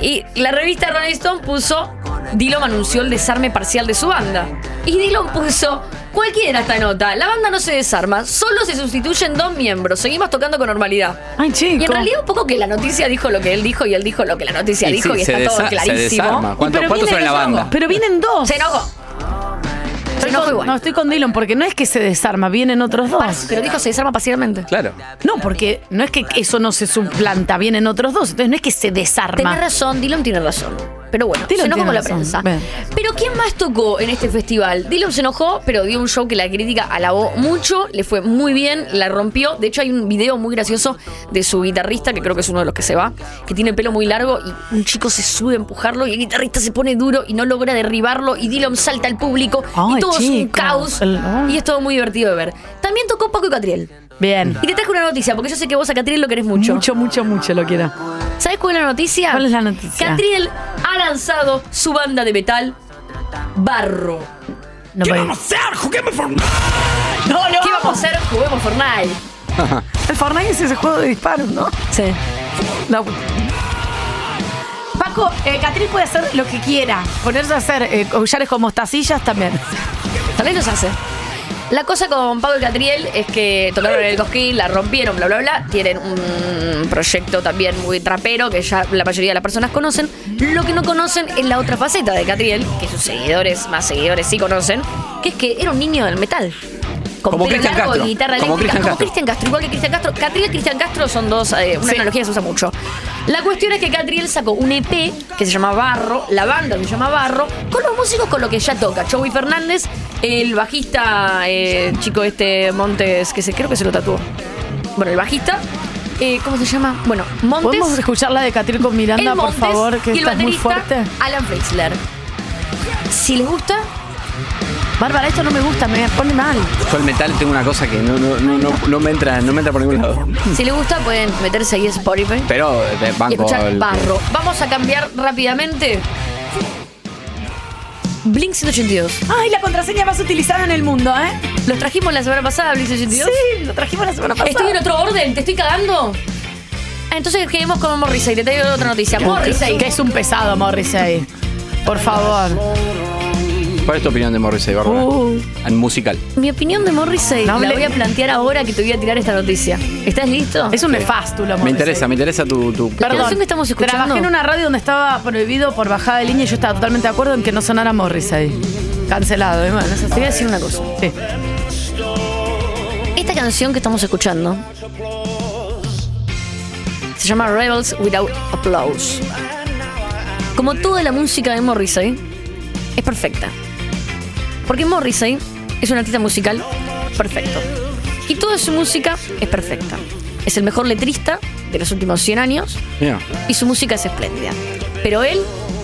[SPEAKER 2] Y la revista Rolling Stone puso, Dillon anunció el desarme parcial de su banda. Y Dillon puso, cualquiera esta nota, la banda no se desarma, solo se sustituyen dos miembros, seguimos tocando con normalidad.
[SPEAKER 1] Ay, chico.
[SPEAKER 2] Y en realidad un poco que la noticia dijo lo que él dijo y él dijo lo que la noticia
[SPEAKER 3] Y
[SPEAKER 2] dijo
[SPEAKER 3] sí,
[SPEAKER 2] y
[SPEAKER 3] se
[SPEAKER 2] está todo
[SPEAKER 3] desa- se desarma.
[SPEAKER 2] clarísimo.
[SPEAKER 3] ¿Cuánto-
[SPEAKER 1] Pero vienen-
[SPEAKER 3] cuántos son en la banda?
[SPEAKER 1] Pero vienen dos.
[SPEAKER 2] Se enojó. Se
[SPEAKER 1] Estoy
[SPEAKER 2] enojó
[SPEAKER 1] con-
[SPEAKER 2] igual.
[SPEAKER 1] No, estoy con Dylan porque no es que se desarma, vienen otros dos.
[SPEAKER 2] Pero dijo se desarma parcialmente.
[SPEAKER 3] Claro.
[SPEAKER 1] No, porque no es que eso no se suplanta, vienen otros dos. Entonces no es que se desarma.
[SPEAKER 2] Tenés razón, Dylan tiene razón. Pero bueno,
[SPEAKER 1] Dylan
[SPEAKER 2] se enojó
[SPEAKER 1] tiene
[SPEAKER 2] con la
[SPEAKER 1] razón,
[SPEAKER 2] prensa.
[SPEAKER 1] ven.
[SPEAKER 2] Pero ¿quién más tocó en este festival? Dylan se enojó, pero dio un show que la crítica alabó mucho, le fue muy bien, la rompió. De hecho, hay un video muy gracioso de su guitarrista, que creo que es uno de los que se va, que tiene el pelo muy largo y un chico se sube a empujarlo y el guitarrista se pone duro y no logra derribarlo y Dylan salta al público y
[SPEAKER 1] Ay,
[SPEAKER 2] todo es un
[SPEAKER 1] chicos,
[SPEAKER 2] caos.
[SPEAKER 1] el- ay.
[SPEAKER 2] Y es todo muy divertido de ver. También tocó Paco y Catriel.
[SPEAKER 1] Bien.
[SPEAKER 2] Y te traje una noticia, porque yo sé que vos a Catriel lo querés mucho.
[SPEAKER 1] Mucho, mucho, mucho, lo quiero.
[SPEAKER 2] ¿Sabes cuál es la noticia?
[SPEAKER 1] ¿Cuál es la noticia?
[SPEAKER 2] Catriel ha lanzado su banda de metal Barro.
[SPEAKER 1] No puede-
[SPEAKER 2] No, no. ¿Qué vamos a hacer? Juguemos Fortnite.
[SPEAKER 1] El Fortnite es ese juego de disparos, ¿no?
[SPEAKER 2] Sí.
[SPEAKER 1] No. Paco, eh, Catriel puede hacer lo que quiera. Ponerse a hacer eh, collares con mostacillas también.
[SPEAKER 2] Tal vez los hace. La cosa con Pablo y Catriel es que tocaron en el Cosquín, la rompieron, bla, bla, bla. Tienen un proyecto también muy trapero que ya la mayoría de las personas conocen. Lo que no conocen es la otra faceta de Catriel, que sus seguidores, más seguidores sí conocen, que es que era un niño del metal. Con
[SPEAKER 3] Como
[SPEAKER 2] pelo
[SPEAKER 3] Cristian
[SPEAKER 2] largo
[SPEAKER 3] Castro.
[SPEAKER 2] y guitarra
[SPEAKER 3] Como
[SPEAKER 2] eléctrica.
[SPEAKER 3] Cristian
[SPEAKER 2] como
[SPEAKER 3] Castro.
[SPEAKER 2] Cristian Castro. Igual que Cristian Castro. Catriel y Cristian Castro son dos, eh, una analogía que se usa mucho. La cuestión es que Catriel sacó un EP que se llama Barro, la banda que se llama Barro, con los músicos con lo que ya toca. Joey Fernández, el bajista, eh, chico este Montes, que se, creo que se lo tatuó. Bueno, el bajista, eh, ¿cómo se llama? Bueno, Montes.
[SPEAKER 1] ¿Podemos escuchar la de Catriel con
[SPEAKER 2] el
[SPEAKER 1] Miranda, por
[SPEAKER 2] Montes
[SPEAKER 1] favor? Que
[SPEAKER 2] y el
[SPEAKER 1] está muy
[SPEAKER 2] baterista
[SPEAKER 1] fuerte.
[SPEAKER 2] Alan Fritzler. Si les gusta,
[SPEAKER 1] Bárbara, esto no me gusta, me pone mal.
[SPEAKER 3] Yo el metal tengo una cosa que no, no, no, no, no me entra, no me entra por ningún lado.
[SPEAKER 2] si les gusta pueden meterse ahí a Spotify.
[SPEAKER 3] Pero eh,
[SPEAKER 2] y
[SPEAKER 3] banco.
[SPEAKER 2] escuchar
[SPEAKER 3] el-
[SPEAKER 2] barro. Vamos a cambiar rápidamente. Blink 182.
[SPEAKER 1] Ay, la contraseña más utilizada en el mundo, ¿eh?
[SPEAKER 2] Los trajimos la semana pasada, Blink 182.
[SPEAKER 1] Sí, lo trajimos la semana pasada.
[SPEAKER 2] Estoy en otro orden, te estoy cagando. Ah, entonces quedemos con Morrissey. Te traigo otra noticia. Morrissey.
[SPEAKER 1] Que es un pesado, Morrissey. Por favor.
[SPEAKER 3] ¿Cuál es tu opinión de Morrissey, Bárbara?
[SPEAKER 1] Uh.
[SPEAKER 3] En musical.
[SPEAKER 2] Mi opinión de Morrissey
[SPEAKER 1] No
[SPEAKER 2] la
[SPEAKER 1] hable-
[SPEAKER 2] voy a plantear ahora que te voy a tirar esta noticia. ¿Estás listo?
[SPEAKER 1] Es un nefástulo, Morrissey.
[SPEAKER 3] Me interesa, me interesa tu. tu-
[SPEAKER 2] La canción que estamos escuchando.
[SPEAKER 1] Trabajé en una radio donde estaba prohibido por bajada de línea y yo estaba totalmente de acuerdo en que no sonara Morrissey. Cancelado, ¿eh? Bueno, eso sí.
[SPEAKER 2] Te voy a decir una cosa.
[SPEAKER 1] Sí.
[SPEAKER 2] Esta canción que estamos escuchando se llama Rebels Without Applause. Como toda la música de Morrissey, es perfecta. Porque Morrissey es un artista musical perfecto. Y toda su música es perfecta. Es el mejor letrista de los últimos 100 años
[SPEAKER 3] Mira.
[SPEAKER 2] y su música es espléndida. Pero él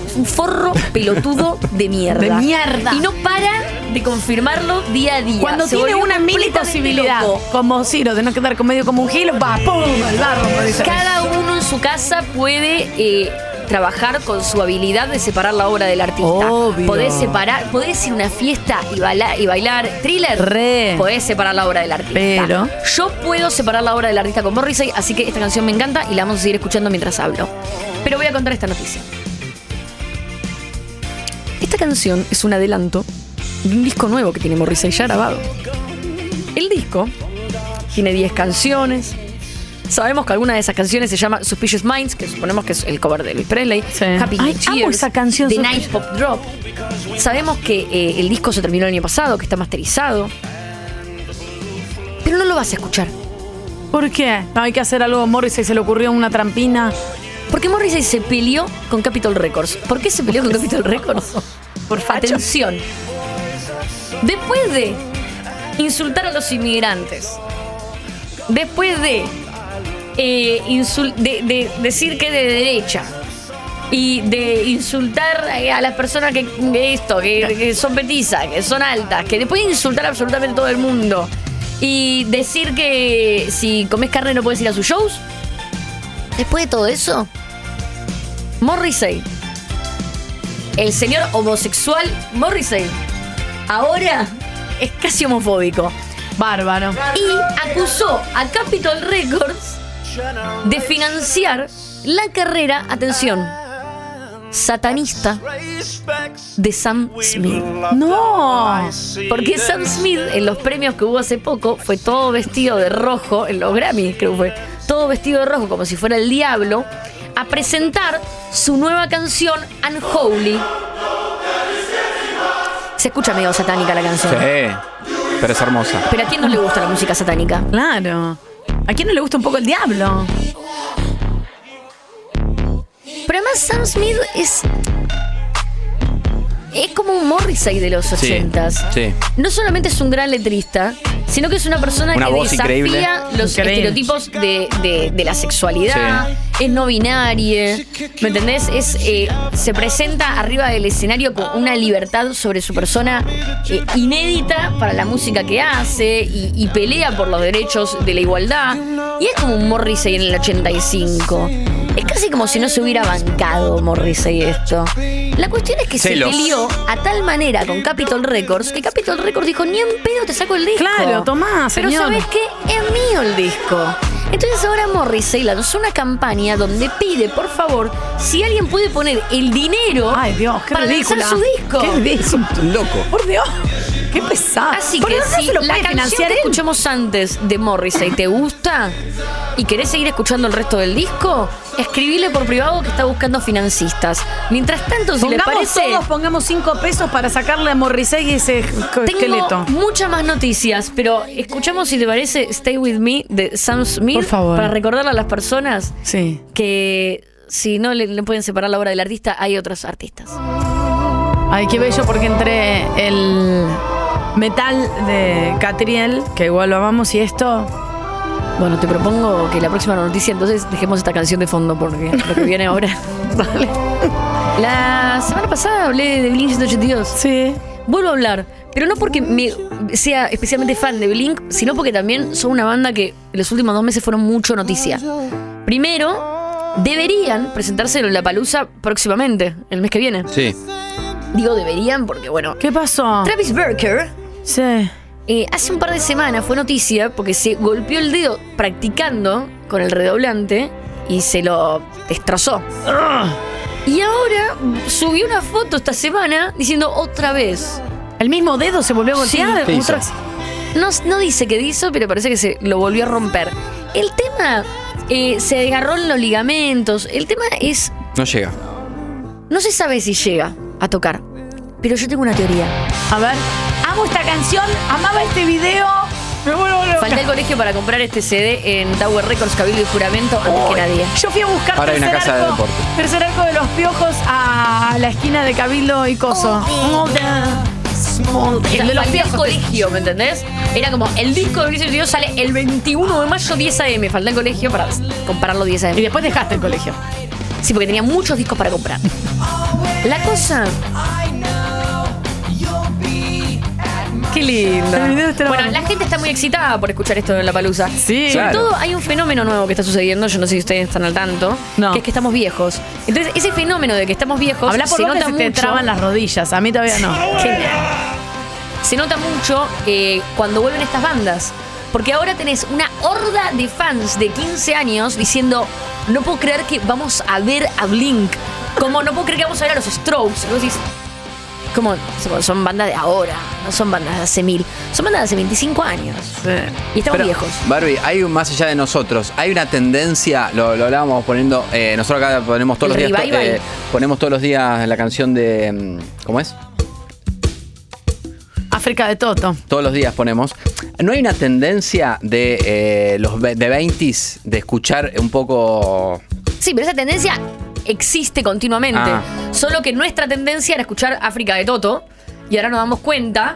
[SPEAKER 2] es un forro pelotudo de mierda.
[SPEAKER 1] De mierda.
[SPEAKER 2] Y no para de confirmarlo día a día.
[SPEAKER 1] Cuando
[SPEAKER 2] Se
[SPEAKER 1] tiene
[SPEAKER 2] volvió
[SPEAKER 1] una mini
[SPEAKER 2] completamente
[SPEAKER 1] posibilidad,
[SPEAKER 2] loco.
[SPEAKER 1] como Ciro, de no quedar con medio como un gil, va, ¡pum! al barro, Morrissey.
[SPEAKER 2] Cada uno en su casa puede eh, trabajar con su habilidad de separar la obra del artista.
[SPEAKER 1] Obvio.
[SPEAKER 2] Podés separar, podés ir a una fiesta y, baila- y bailar thriller.
[SPEAKER 1] Re.
[SPEAKER 2] Podés separar la obra del artista.
[SPEAKER 1] Pero-
[SPEAKER 2] Yo puedo separar la obra del artista con Morrissey, así que esta canción me encanta y la vamos a seguir escuchando mientras hablo. Pero voy a contar esta noticia. Esta canción es un adelanto de un disco nuevo que tiene Morrissey ya grabado. El disco tiene 10 canciones, Sabemos que alguna de esas canciones se llama Suspicious Minds, que suponemos que es el cover de Elvis Presley.
[SPEAKER 1] Sí.
[SPEAKER 2] Happy
[SPEAKER 1] Ay,
[SPEAKER 2] New
[SPEAKER 1] amo
[SPEAKER 2] Years,
[SPEAKER 1] esa canción,
[SPEAKER 2] The
[SPEAKER 1] Suspicious-
[SPEAKER 2] Night Pop Drop. Sabemos que eh, el disco se terminó el año pasado, que está masterizado. Pero no lo vas a escuchar.
[SPEAKER 1] ¿Por qué? No hay que hacer algo a Morrissey, se le ocurrió una trampina.
[SPEAKER 2] Porque Morrissey se peleó con Capitol Records. ¿Por qué se peleó con Capitol Records? Por Atención. Después de insultar a los inmigrantes, después de, eh, insul- de- de decir que de derecha y de insultar eh, a las personas que, que esto, que, que son petizas, que son altas, que después de insultar absolutamente todo el mundo y decir que si comes carne no puedes ir a sus shows, después de todo eso, Morrissey el señor homosexual Morrissey ahora es casi homofóbico.
[SPEAKER 1] Bárbaro.
[SPEAKER 2] Y acusó a Capitol Records de financiar la carrera, atención, satanista de Sam Smith.
[SPEAKER 1] No.
[SPEAKER 2] Porque Sam Smith, en los premios que hubo hace poco, fue todo vestido de rojo, en los Grammys creo que fue, todo vestido de rojo, como si fuera el diablo, a presentar su nueva canción Unholy. Se escucha medio satánica la canción.
[SPEAKER 3] Sí. Pero es hermosa.
[SPEAKER 2] Pero ¿a quién no le gusta la música satánica?
[SPEAKER 1] Claro. ¿A quién no le gusta un poco el diablo?
[SPEAKER 2] Pero además Sam Smith es... Es como un Morrissey de los
[SPEAKER 3] Sí,
[SPEAKER 2] 80s.
[SPEAKER 3] sí.
[SPEAKER 2] No solamente es un gran letrista, sino que es una persona
[SPEAKER 3] Una
[SPEAKER 2] que
[SPEAKER 3] voz
[SPEAKER 2] desafía
[SPEAKER 3] increíble.
[SPEAKER 2] los
[SPEAKER 1] Increíble.
[SPEAKER 2] estereotipos de, de- de la sexualidad, es no binaria, ¿me entendés? Es, eh, se presenta arriba del escenario con una libertad sobre su persona eh, inédita para la música que hace y, y pelea por los derechos de la igualdad. Y es como un Morrissey en el 85. Es casi como si no se hubiera bancado Morrissey esto. La cuestión es que
[SPEAKER 3] Celos.
[SPEAKER 2] se peleó a tal manera con Capitol Records que Capitol Records dijo, ni en pedo te saco el disco.
[SPEAKER 1] Claro, tomá,
[SPEAKER 2] Pero
[SPEAKER 1] señor.
[SPEAKER 2] ¿sabes qué? Es mío el disco. Entonces ahora Morrissey lanzó una campaña donde pide, por favor, si alguien puede poner el dinero
[SPEAKER 1] Ay, Dios, qué
[SPEAKER 2] para lanzar
[SPEAKER 1] ridícula.
[SPEAKER 2] su disco.
[SPEAKER 1] Qué ridículo.
[SPEAKER 3] Loco.
[SPEAKER 1] Por Dios. Qué pesado.
[SPEAKER 2] Así
[SPEAKER 1] Por
[SPEAKER 2] que
[SPEAKER 1] Dios, no
[SPEAKER 2] si
[SPEAKER 1] se lo
[SPEAKER 2] la
[SPEAKER 1] puede
[SPEAKER 2] canción
[SPEAKER 1] financiar
[SPEAKER 2] que
[SPEAKER 1] él.
[SPEAKER 2] escuchamos antes de Morrissey te gusta y querés seguir escuchando el resto del disco, escribile por privado que está buscando financistas. Mientras tanto, si le
[SPEAKER 1] Pongamos
[SPEAKER 2] parece...
[SPEAKER 1] todos, pongamos cinco pesos para sacarle a Morrissey ese co- esqueleto.
[SPEAKER 2] Tengo muchas más noticias, pero escuchamos si te parece Stay With Me de Sam Smith.
[SPEAKER 1] Por favor.
[SPEAKER 2] Para recordarle a las personas
[SPEAKER 1] Sí.
[SPEAKER 2] que si no le, le pueden separar la obra del artista, hay otros artistas.
[SPEAKER 1] Ay, qué bello, porque entre el metal de Catriel, que igual lo amamos, y esto.
[SPEAKER 2] Bueno, te propongo que la próxima noticia entonces dejemos esta canción de fondo porque lo que viene ahora. La semana pasada hablé de Blink 182.
[SPEAKER 1] Sí.
[SPEAKER 2] Vuelvo a hablar, pero no porque me sea especialmente fan de Blink, sino porque también son una banda que en los últimos dos meses fueron mucho noticia. Primero, deberían presentarse en la palusa próximamente, el mes que viene.
[SPEAKER 3] Sí.
[SPEAKER 2] Digo deberían porque, bueno.
[SPEAKER 1] ¿Qué pasó?
[SPEAKER 2] Travis Barker
[SPEAKER 1] Sí.
[SPEAKER 2] eh, hace un par de semanas fue noticia porque se golpeó el dedo practicando con el redoblante y se lo destrozó. Y ahora subió una foto esta semana diciendo otra vez.
[SPEAKER 1] El mismo dedo se volvió a golpear.
[SPEAKER 3] ¿qué hizo?
[SPEAKER 1] otra-
[SPEAKER 2] No, no dice que hizo, pero parece que se lo volvió a romper. El tema eh, se desgarró en los ligamentos. El tema es.
[SPEAKER 3] No llega.
[SPEAKER 2] No se sabe si llega a tocar. Pero yo tengo una teoría.
[SPEAKER 1] A ver. Amo esta canción, amaba este video. Me vuelvo loca.
[SPEAKER 2] Falté al colegio para comprar este CD en Tower Records, Cabildo y Juramento antes que nadie.
[SPEAKER 1] Yo fui a buscar
[SPEAKER 3] Ahora hay una
[SPEAKER 1] tercer,
[SPEAKER 3] casa de
[SPEAKER 1] arco,
[SPEAKER 3] deporte.
[SPEAKER 1] tercer arco de los piojos a la esquina de Cabildo y Coso.
[SPEAKER 2] O sea,
[SPEAKER 1] El de los
[SPEAKER 2] falté al
[SPEAKER 1] viejos.
[SPEAKER 2] colegio, ¿me entendés? Era como el disco de Crisis Dios sale el 21 de mayo 10 AM. Falté al colegio para comprarlo 10 AM.
[SPEAKER 1] Y después dejaste el colegio.
[SPEAKER 2] Sí, porque tenía muchos discos para comprar. La cosa. Qué lindo.
[SPEAKER 1] El video está
[SPEAKER 2] Bueno,
[SPEAKER 1] bueno.
[SPEAKER 2] la gente está muy excitada por escuchar esto en la palusa.
[SPEAKER 1] Sí.
[SPEAKER 2] Sobre
[SPEAKER 3] Claro.
[SPEAKER 2] todo hay un fenómeno nuevo que está sucediendo, yo no sé si ustedes están al tanto,
[SPEAKER 1] No.
[SPEAKER 2] que es que estamos viejos. Entonces, ese fenómeno de que estamos viejos
[SPEAKER 1] Habla por
[SPEAKER 2] se
[SPEAKER 1] vos que
[SPEAKER 2] nota
[SPEAKER 1] se te
[SPEAKER 2] mucho. Ah,
[SPEAKER 1] traban las rodillas. A mí todavía no.
[SPEAKER 2] Que- se nota mucho eh, cuando vuelven estas bandas. Porque ahora tenés una horda de fans de 15 años diciendo, no puedo creer que vamos a ver a Blink. Como no puedo creer que vamos a ver a los Strokes. Y vos decís, como son- son bandas de ahora, no son bandas de hace mil. Son bandas de hace 25 años. Y estamos
[SPEAKER 3] Pero,
[SPEAKER 2] viejos.
[SPEAKER 3] Barbie, hay un más allá de nosotros. Hay una tendencia, lo, lo hablábamos poniendo. eh, nosotros acá ponemos todos
[SPEAKER 2] El
[SPEAKER 3] los días. to-
[SPEAKER 2] revival.
[SPEAKER 3] eh, ponemos todos los días la canción de. mm, ¿Cómo es?
[SPEAKER 1] África de Toto.
[SPEAKER 3] Todos los días ponemos. ¿No hay una tendencia de eh, los ve- de 20s de escuchar un poco.
[SPEAKER 2] Sí, pero esa tendencia existe continuamente.
[SPEAKER 3] Ah.
[SPEAKER 2] Solo que nuestra tendencia era escuchar África de Toto y ahora nos damos cuenta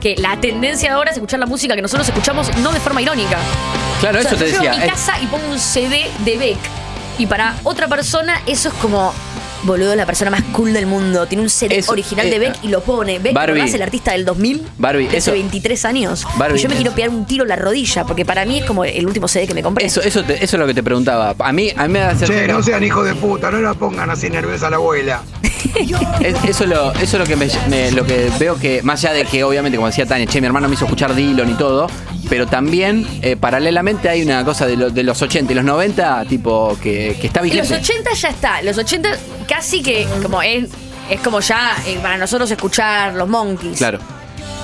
[SPEAKER 2] que la tendencia ahora es escuchar la música que nosotros escuchamos no de forma irónica.
[SPEAKER 3] Claro,
[SPEAKER 2] O sea,
[SPEAKER 3] eso te
[SPEAKER 2] yo
[SPEAKER 3] decía.
[SPEAKER 2] llego a mi
[SPEAKER 3] es-
[SPEAKER 2] casa y pongo un CD de Beck y para otra persona eso es como
[SPEAKER 7] boludo, es la persona más cool del mundo. Tiene un CD
[SPEAKER 3] Es-
[SPEAKER 7] original
[SPEAKER 3] eh,
[SPEAKER 7] de Beck y lo pone. Beck,
[SPEAKER 3] Barbie.
[SPEAKER 7] ¿verdad? Es el artista del 2000.
[SPEAKER 3] Barbie,
[SPEAKER 7] de hace
[SPEAKER 3] eso-
[SPEAKER 7] 23 años.
[SPEAKER 3] Barbie,
[SPEAKER 7] y yo me
[SPEAKER 3] eso.
[SPEAKER 7] quiero pegar un tiro en la rodilla, porque para mí es como el último CD que me compré.
[SPEAKER 3] Eso, eso, te- eso es lo que te preguntaba. A mí, a mí me hace.
[SPEAKER 8] Che, no sean hijos de puta, no la pongan así nerviosa a la abuela.
[SPEAKER 3] Es- eso, es lo, eso es lo que me, me- lo que veo que, más allá de que obviamente, como decía Tania, che, mi hermano me hizo escuchar Dylan y todo, pero también eh, paralelamente hay una cosa de, lo- de los 80 y los 90, tipo, que, que está
[SPEAKER 2] Y los
[SPEAKER 3] vigente.
[SPEAKER 2] 80 ya está. Los 80 casi que como es, es como ya eh, para nosotros escuchar los monkeys.
[SPEAKER 3] Claro.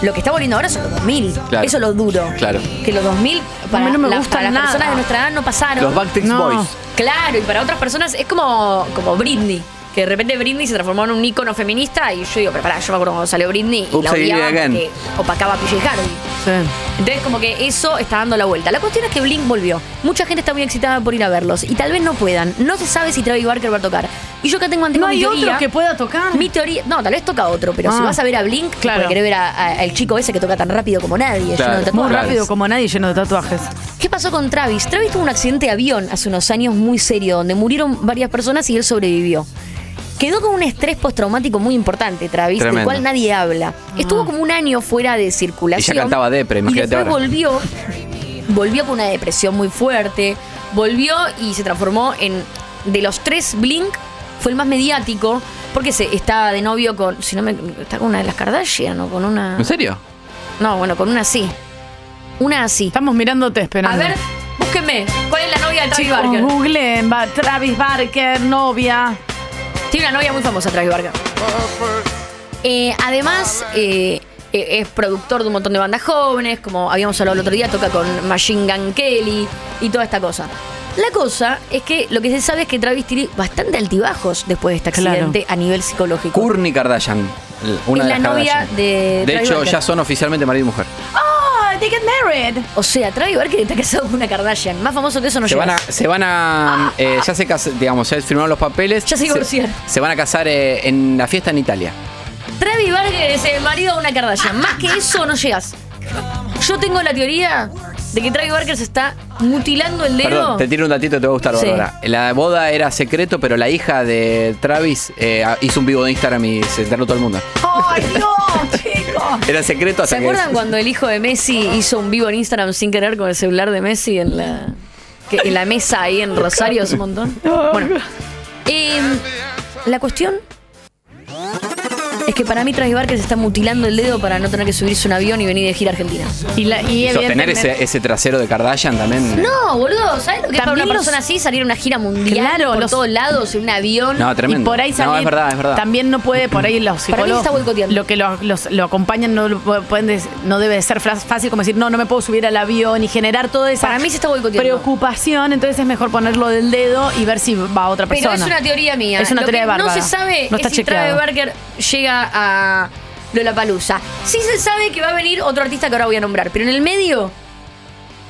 [SPEAKER 7] Lo que está volviendo ahora son los 2000.
[SPEAKER 3] Claro.
[SPEAKER 7] Eso es lo duro.
[SPEAKER 3] Claro.
[SPEAKER 7] Que los 2000 para,
[SPEAKER 1] mí no me
[SPEAKER 7] la-
[SPEAKER 1] gustan
[SPEAKER 7] para las
[SPEAKER 1] nada.
[SPEAKER 7] personas de nuestra edad no pasaron.
[SPEAKER 3] Los Backstreet
[SPEAKER 1] No.
[SPEAKER 3] Boys.
[SPEAKER 2] Claro, y para otras personas es como, como Britney. Que de repente Britney se transformó en un ícono feminista y yo digo, pero pará, yo me acuerdo cuando salió Britney y
[SPEAKER 3] Oops,
[SPEAKER 2] la
[SPEAKER 3] I did it
[SPEAKER 2] odiaba
[SPEAKER 3] again.
[SPEAKER 2] porque opacaba a PJ Harvey. Entonces como que eso está dando la vuelta. La cuestión es que Blink volvió. Mucha gente está muy excitada por ir a verlos y tal vez no puedan. No se sabe si Travis Barker va a tocar. Y yo acá tengo tengo
[SPEAKER 1] No
[SPEAKER 2] mi
[SPEAKER 1] hay otro
[SPEAKER 2] teoría.
[SPEAKER 1] que pueda tocar.
[SPEAKER 2] Mi teoría, no, tal vez toca otro, pero si
[SPEAKER 1] Ah.
[SPEAKER 2] vas a ver a Blink,
[SPEAKER 1] Claro.
[SPEAKER 2] claro. querés ver a- a- al chico ese que toca tan rápido como nadie, lleno
[SPEAKER 3] Claro.
[SPEAKER 2] de
[SPEAKER 1] Muy
[SPEAKER 2] tatuajes.
[SPEAKER 3] Claro.
[SPEAKER 1] rápido, como nadie, lleno de tatuajes.
[SPEAKER 2] ¿Qué pasó con Travis? Travis tuvo un accidente de avión hace unos años muy serio, donde murieron varias personas y él sobrevivió. Quedó con un estrés postraumático muy importante, Travis, del
[SPEAKER 3] Tremendo.
[SPEAKER 2] cual nadie habla. Estuvo como un año fuera de circulación.
[SPEAKER 3] Y ya cantaba depre,
[SPEAKER 2] Y
[SPEAKER 3] imagínate
[SPEAKER 2] después
[SPEAKER 3] ahora.
[SPEAKER 2] volvió, volvió con una depresión muy fuerte, volvió y se transformó en, de los tres, Blink fue el más mediático, porque se, estaba de novio con, si no me, está con una de las Kardashian o con una...
[SPEAKER 3] ¿En serio?
[SPEAKER 2] No, bueno, con una sí. Una así.
[SPEAKER 1] Estamos mirándote,
[SPEAKER 2] A
[SPEAKER 1] esperando.
[SPEAKER 2] ver, búsquenme. ¿Cuál es la novia de Travis
[SPEAKER 1] Chicos,
[SPEAKER 2] Barker?
[SPEAKER 3] uh.
[SPEAKER 1] googleen, va, Travis Barker, novia.
[SPEAKER 2] Tiene una novia muy famosa, Travis Barker. Eh, además, eh, eh, es productor de un montón de bandas jóvenes, como habíamos hablado el otro día, toca con Machine Gun Kelly y toda esta cosa. La cosa es que lo que se sabe es que Travis tiene bastante altibajos después de este
[SPEAKER 1] Claro.
[SPEAKER 2] accidente a nivel psicológico.
[SPEAKER 3] Kourtney Kardashian. Una
[SPEAKER 2] Es
[SPEAKER 3] de
[SPEAKER 2] la
[SPEAKER 3] las
[SPEAKER 2] novia
[SPEAKER 3] Kardashian.
[SPEAKER 2] de Travis
[SPEAKER 3] hecho,
[SPEAKER 2] Barker.
[SPEAKER 3] ya son oficialmente marido y mujer.
[SPEAKER 1] Oh, they get married.
[SPEAKER 2] O sea, Travis Barker está casado con una Kardashian. Más famoso que eso no
[SPEAKER 3] Se van a,
[SPEAKER 2] llega.
[SPEAKER 3] se van a eh, ya se cas- digamos, ya firmaron los papeles.
[SPEAKER 2] Ya se divorciaron.
[SPEAKER 3] se van a casar eh, en la fiesta en Italia.
[SPEAKER 2] Travis Barker es el marido de una Kardashian. Más que eso no llegas. Yo tengo la teoría de que Travis Barker se está mutilando el dedo.
[SPEAKER 3] Perdón, te tiro un datito que te va a gustar,
[SPEAKER 2] Sí.
[SPEAKER 3] Bárbara. La boda era secreto, pero la hija de Travis eh, hizo un vivo de Instagram y se enteró todo el mundo.
[SPEAKER 1] ¡Ay, no, chicos!
[SPEAKER 3] Era secreto hasta
[SPEAKER 2] ¿Se
[SPEAKER 3] que.
[SPEAKER 2] acuerdan cuando el hijo de Messi hizo un vivo en Instagram sin querer con el celular de Messi en la, que- en la mesa ahí en Rosario hace un montón? Bueno, em, la cuestión es que para mí Travis Barker se está mutilando el dedo para no tener que subirse un avión y venir de gira a Argentina.
[SPEAKER 1] Y, la, y
[SPEAKER 3] Y sostener
[SPEAKER 1] evidentemente-
[SPEAKER 3] ese, ese trasero de Kardashian también.
[SPEAKER 2] No, boludo, ¿sabes lo que es para
[SPEAKER 1] También
[SPEAKER 2] una
[SPEAKER 1] los-
[SPEAKER 2] persona así salir a una gira mundial
[SPEAKER 1] Claro,
[SPEAKER 2] por
[SPEAKER 1] los-
[SPEAKER 2] todos lados en un avión?
[SPEAKER 3] No, tremendo.
[SPEAKER 1] Y por ahí
[SPEAKER 3] No,
[SPEAKER 1] salir-
[SPEAKER 3] es verdad, es verdad.
[SPEAKER 1] También no puede, por ahí los
[SPEAKER 2] Para mí
[SPEAKER 1] psicólogos.
[SPEAKER 2] está boicoteando.
[SPEAKER 1] Lo que lo, los- lo acompañan no, lo pu- pueden des- no debe de ser fras- fácil como decir, no, no me puedo subir al avión y generar toda esa
[SPEAKER 2] Para mí se está boicoteando.
[SPEAKER 1] preocupación. Entonces es mejor ponerlo del dedo y ver si va otra
[SPEAKER 2] Pero
[SPEAKER 1] persona.
[SPEAKER 2] es una teoría mía.
[SPEAKER 1] Es una
[SPEAKER 2] Lo
[SPEAKER 1] teoría
[SPEAKER 2] que
[SPEAKER 1] de Bárbara.
[SPEAKER 2] No se sabe
[SPEAKER 1] No
[SPEAKER 2] es
[SPEAKER 1] está
[SPEAKER 2] si Travis
[SPEAKER 1] chequeado.
[SPEAKER 2] Barker llega a Lollapalooza. Sí se sabe que va a venir otro artista que ahora voy a nombrar, pero en el medio...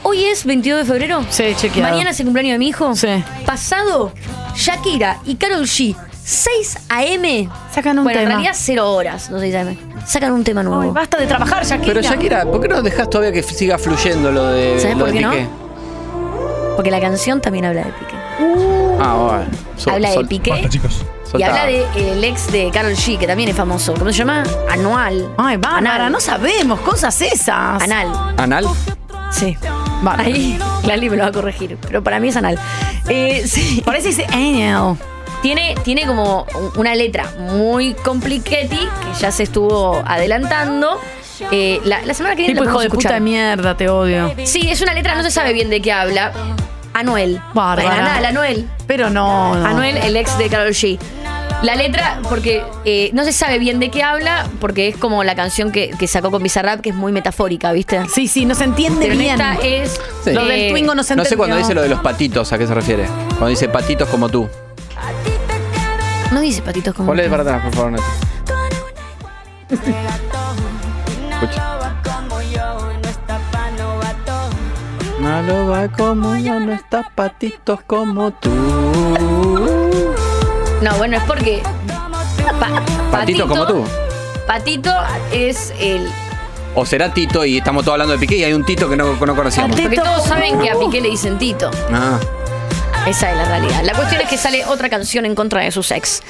[SPEAKER 2] Hoy es 22 de febrero.
[SPEAKER 1] Sí, chequeado.
[SPEAKER 2] Mañana es el cumpleaños de mi hijo.
[SPEAKER 1] Sí.
[SPEAKER 2] Pasado, Shakira y Karol G. 6 AM.
[SPEAKER 1] Sacan un
[SPEAKER 2] bueno,
[SPEAKER 1] tema.
[SPEAKER 2] en realidad 0 horas, no 6 AM. Sacan un tema
[SPEAKER 1] Ay,
[SPEAKER 2] nuevo.
[SPEAKER 1] basta de trabajar, Shakira.
[SPEAKER 3] Pero Shakira, ¿por qué no dejas todavía que siga fluyendo lo de,
[SPEAKER 2] ¿Sabes
[SPEAKER 3] lo
[SPEAKER 2] por
[SPEAKER 3] de
[SPEAKER 2] qué no?
[SPEAKER 3] Piqué?
[SPEAKER 2] porque la canción también habla de Piqué.
[SPEAKER 3] Ah, bueno. Sol-
[SPEAKER 2] habla de
[SPEAKER 3] sol-
[SPEAKER 2] Piqué. Y
[SPEAKER 3] soltá.
[SPEAKER 2] habla del ex de Carol G, que también es famoso. ¿Cómo se llama? Anual.
[SPEAKER 1] Ay, Bárbara,
[SPEAKER 2] Anal.
[SPEAKER 1] no sabemos cosas esas.
[SPEAKER 2] Anal.
[SPEAKER 3] ¿Anal?
[SPEAKER 2] Sí.
[SPEAKER 1] Bárbara.
[SPEAKER 2] Ahí Lali me lo va a corregir, pero para mí es anal. Eh, sí.
[SPEAKER 1] Por eso dice Angel.
[SPEAKER 2] Tiene, tiene como un- una letra muy compliquetti que ya se estuvo adelantando. Eh, la, la semana que viene
[SPEAKER 1] Tipo
[SPEAKER 2] la
[SPEAKER 1] hijo
[SPEAKER 2] podemos
[SPEAKER 1] de puta
[SPEAKER 2] escuchar.
[SPEAKER 1] de mierda, te odio.
[SPEAKER 2] Sí, es una letra, no se sabe bien de qué habla. Anuel.
[SPEAKER 1] Bárbara. Ah.
[SPEAKER 2] Bueno, Anal, Anuel.
[SPEAKER 1] Pero no. no.
[SPEAKER 2] Anuel, el ex de Carol G. La letra, porque eh, no se sabe bien de qué habla, porque es como la canción que, que sacó con Bizarrap, que es muy metafórica, ¿viste?
[SPEAKER 1] Sí, sí, no se entiende
[SPEAKER 2] Pero en
[SPEAKER 1] bien.
[SPEAKER 2] esta es.
[SPEAKER 3] Sí.
[SPEAKER 1] Lo del Twingo no se
[SPEAKER 3] No sé
[SPEAKER 1] entendió.
[SPEAKER 3] cuando dice lo de los patitos, ¿a qué se refiere? Cuando dice patitos como tú.
[SPEAKER 2] No dice patitos como.
[SPEAKER 3] Ponle para atrás, por favor, Nati. Escucha. Malo va como yo, no está patitos como tú.
[SPEAKER 2] No, bueno, es porque. pa-
[SPEAKER 3] Patitos como tú.
[SPEAKER 2] Patito es el.
[SPEAKER 3] O será Tito y estamos todos hablando de Piqué y hay un Tito que no, no conocíamos.
[SPEAKER 2] Porque
[SPEAKER 1] Tito.
[SPEAKER 2] todos saben que a Piqué le dicen Tito.
[SPEAKER 3] Ah,
[SPEAKER 2] Esa es la realidad. La cuestión es que sale otra canción en contra de sus ex.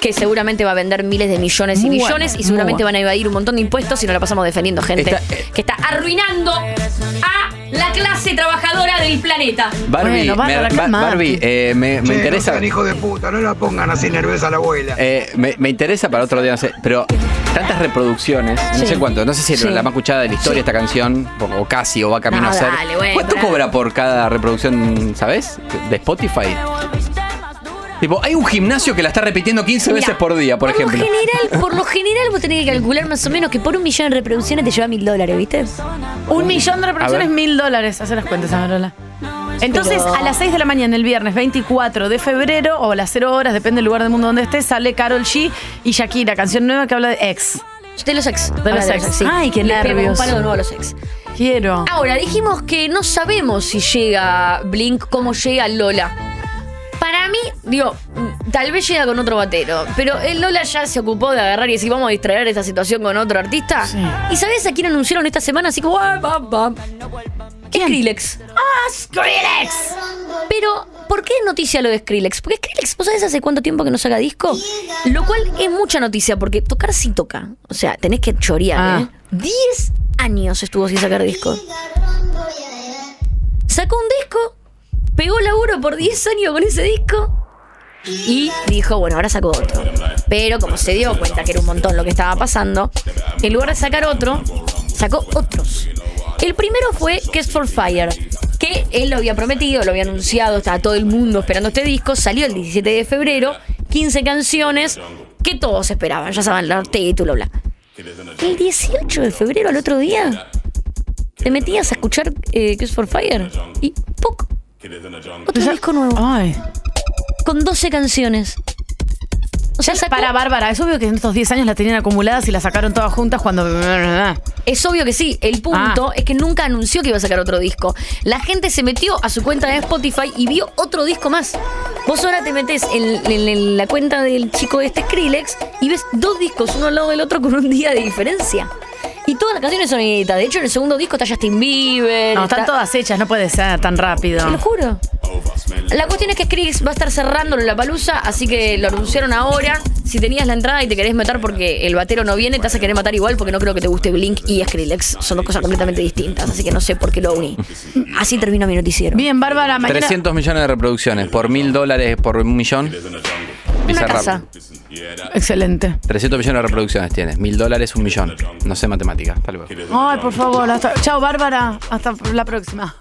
[SPEAKER 2] que seguramente va a vender miles de millones y
[SPEAKER 1] Muy
[SPEAKER 2] billones
[SPEAKER 1] bueno,
[SPEAKER 2] y seguramente
[SPEAKER 1] muy
[SPEAKER 2] van a evadir un montón de impuestos y no la pasamos defendiendo gente
[SPEAKER 3] Está, eh.
[SPEAKER 2] que está arruinando a la clase trabajadora del planeta.
[SPEAKER 3] Barbie,
[SPEAKER 1] Bueno, Bárbara,
[SPEAKER 3] me, Ba-
[SPEAKER 1] calmate.
[SPEAKER 3] Barbie, eh, me, me
[SPEAKER 8] Che, no
[SPEAKER 3] interesa.
[SPEAKER 8] sean hijo de puta, no la pongan así nerviosa a la abuela.
[SPEAKER 3] eh, me, me interesa para otro día, no sé, pero tantas reproducciones, no sé cuánto, no sé si es la más escuchada de la historia esta canción, o, o casi, o va camino
[SPEAKER 2] No,
[SPEAKER 3] a ser.
[SPEAKER 2] dale, bueno,
[SPEAKER 3] ¿Cuánto
[SPEAKER 2] pará.
[SPEAKER 3] cobra por cada reproducción, sabes? De Spotify. Tipo, hay un gimnasio que la está repitiendo 15 veces
[SPEAKER 2] Mira,
[SPEAKER 3] por día, por,
[SPEAKER 2] lo
[SPEAKER 3] ejemplo.
[SPEAKER 2] general, por lo general vos tenés que calcular más o menos que por un millón de reproducciones te lleva mil dólares, ¿viste?
[SPEAKER 1] Un millón de reproducciones,
[SPEAKER 3] ver.
[SPEAKER 1] mil dólares. Hacen las cuentas, Amarola. Entonces, a las 6 de la mañana, el viernes 24 de febrero, o a las 0 horas, depende del lugar del mundo donde estés, sale Carol G y Shakira, canción nueva que habla de ex.
[SPEAKER 2] De los ex.
[SPEAKER 1] De los
[SPEAKER 2] Ahora,
[SPEAKER 1] ex.
[SPEAKER 2] sí.
[SPEAKER 1] Ay, qué
[SPEAKER 2] Le pego
[SPEAKER 1] nervios.
[SPEAKER 2] Un palo de nuevo a los ex.
[SPEAKER 1] Quiero.
[SPEAKER 2] Ahora, dijimos que no sabemos si llega Blink como llega Lola. Para mí, digo, mm, tal vez llega con otro batero, pero el Lola ya se ocupó de agarrar y decir, vamos a distraer esta situación con otro artista.
[SPEAKER 1] Sí.
[SPEAKER 2] ¿Y sabes a quién anunciaron esta semana? Así como, ah, va, va. Skrillex.
[SPEAKER 1] Ah, Skrillex.
[SPEAKER 2] Pero, ¿por qué es noticia lo de Skrillex? Porque Skrillex, ¿vos sabés hace cuánto tiempo que no saca disco? Lo cual es mucha noticia, porque tocar sí toca. O sea, tenés que chorear,
[SPEAKER 1] Ah.
[SPEAKER 2] ¿eh? 10 años estuvo sin sacar disco. Sacó un disco, pegó laburo por 10 años con ese disco. Y dijo, bueno, ahora saco otro. Pero como se dio cuenta que era un montón lo que estaba pasando, en lugar de sacar otro, sacó otros. El primero fue Kiss for Fire, que él lo había prometido, lo había anunciado, estaba todo el mundo esperando este disco, salió el 17 de febrero, 15 canciones que todos esperaban, ya saben, el título, bla. El 18 de febrero, al otro día, te metías a escuchar eh, Kiss for Fire y ¡puc! Otro disco nuevo
[SPEAKER 1] Ay.
[SPEAKER 2] con 12 canciones. O sea, sacó-
[SPEAKER 1] Para Bárbara, es obvio que en estos 10 años la tenían acumuladas y la sacaron todas juntas cuando.
[SPEAKER 2] es obvio que sí. El punto es que nunca anunció que iba a sacar otro disco. La gente se metió a su cuenta de Spotify y vio otro disco más. Vos ahora te metés en, en- en la cuenta del chico de este Skrillex y ves dos discos uno al lado del otro con un día de diferencia. Y todas las canciones son inéditas. De hecho, en el segundo disco está Justin Bieber.
[SPEAKER 1] No,
[SPEAKER 2] está-
[SPEAKER 1] están todas hechas, no puede ser tan rápido.
[SPEAKER 2] Te lo juro. La cuestión es que Skrillex va a estar cerrando la palusa, así que lo anunciaron ahora. Si tenías la entrada y te querés matar porque el batero no viene, te vas a querer matar igual porque no creo que te guste Blink y Skrillex. Son dos cosas completamente distintas, así que no sé por qué lo uní. Así termina mi noticiero.
[SPEAKER 1] Bien, Bárbara, mañana.
[SPEAKER 3] 300 millones de reproducciones, por mil dólares, por un millón.
[SPEAKER 2] Una
[SPEAKER 3] Bizarrap.
[SPEAKER 2] casa.
[SPEAKER 1] Excelente.
[SPEAKER 3] 300 millones de reproducciones tienes, mil dólares, un millón. No sé matemáticas, tal vez.
[SPEAKER 1] Ay, por favor, hasta. Chao, Bárbara. Hasta la próxima.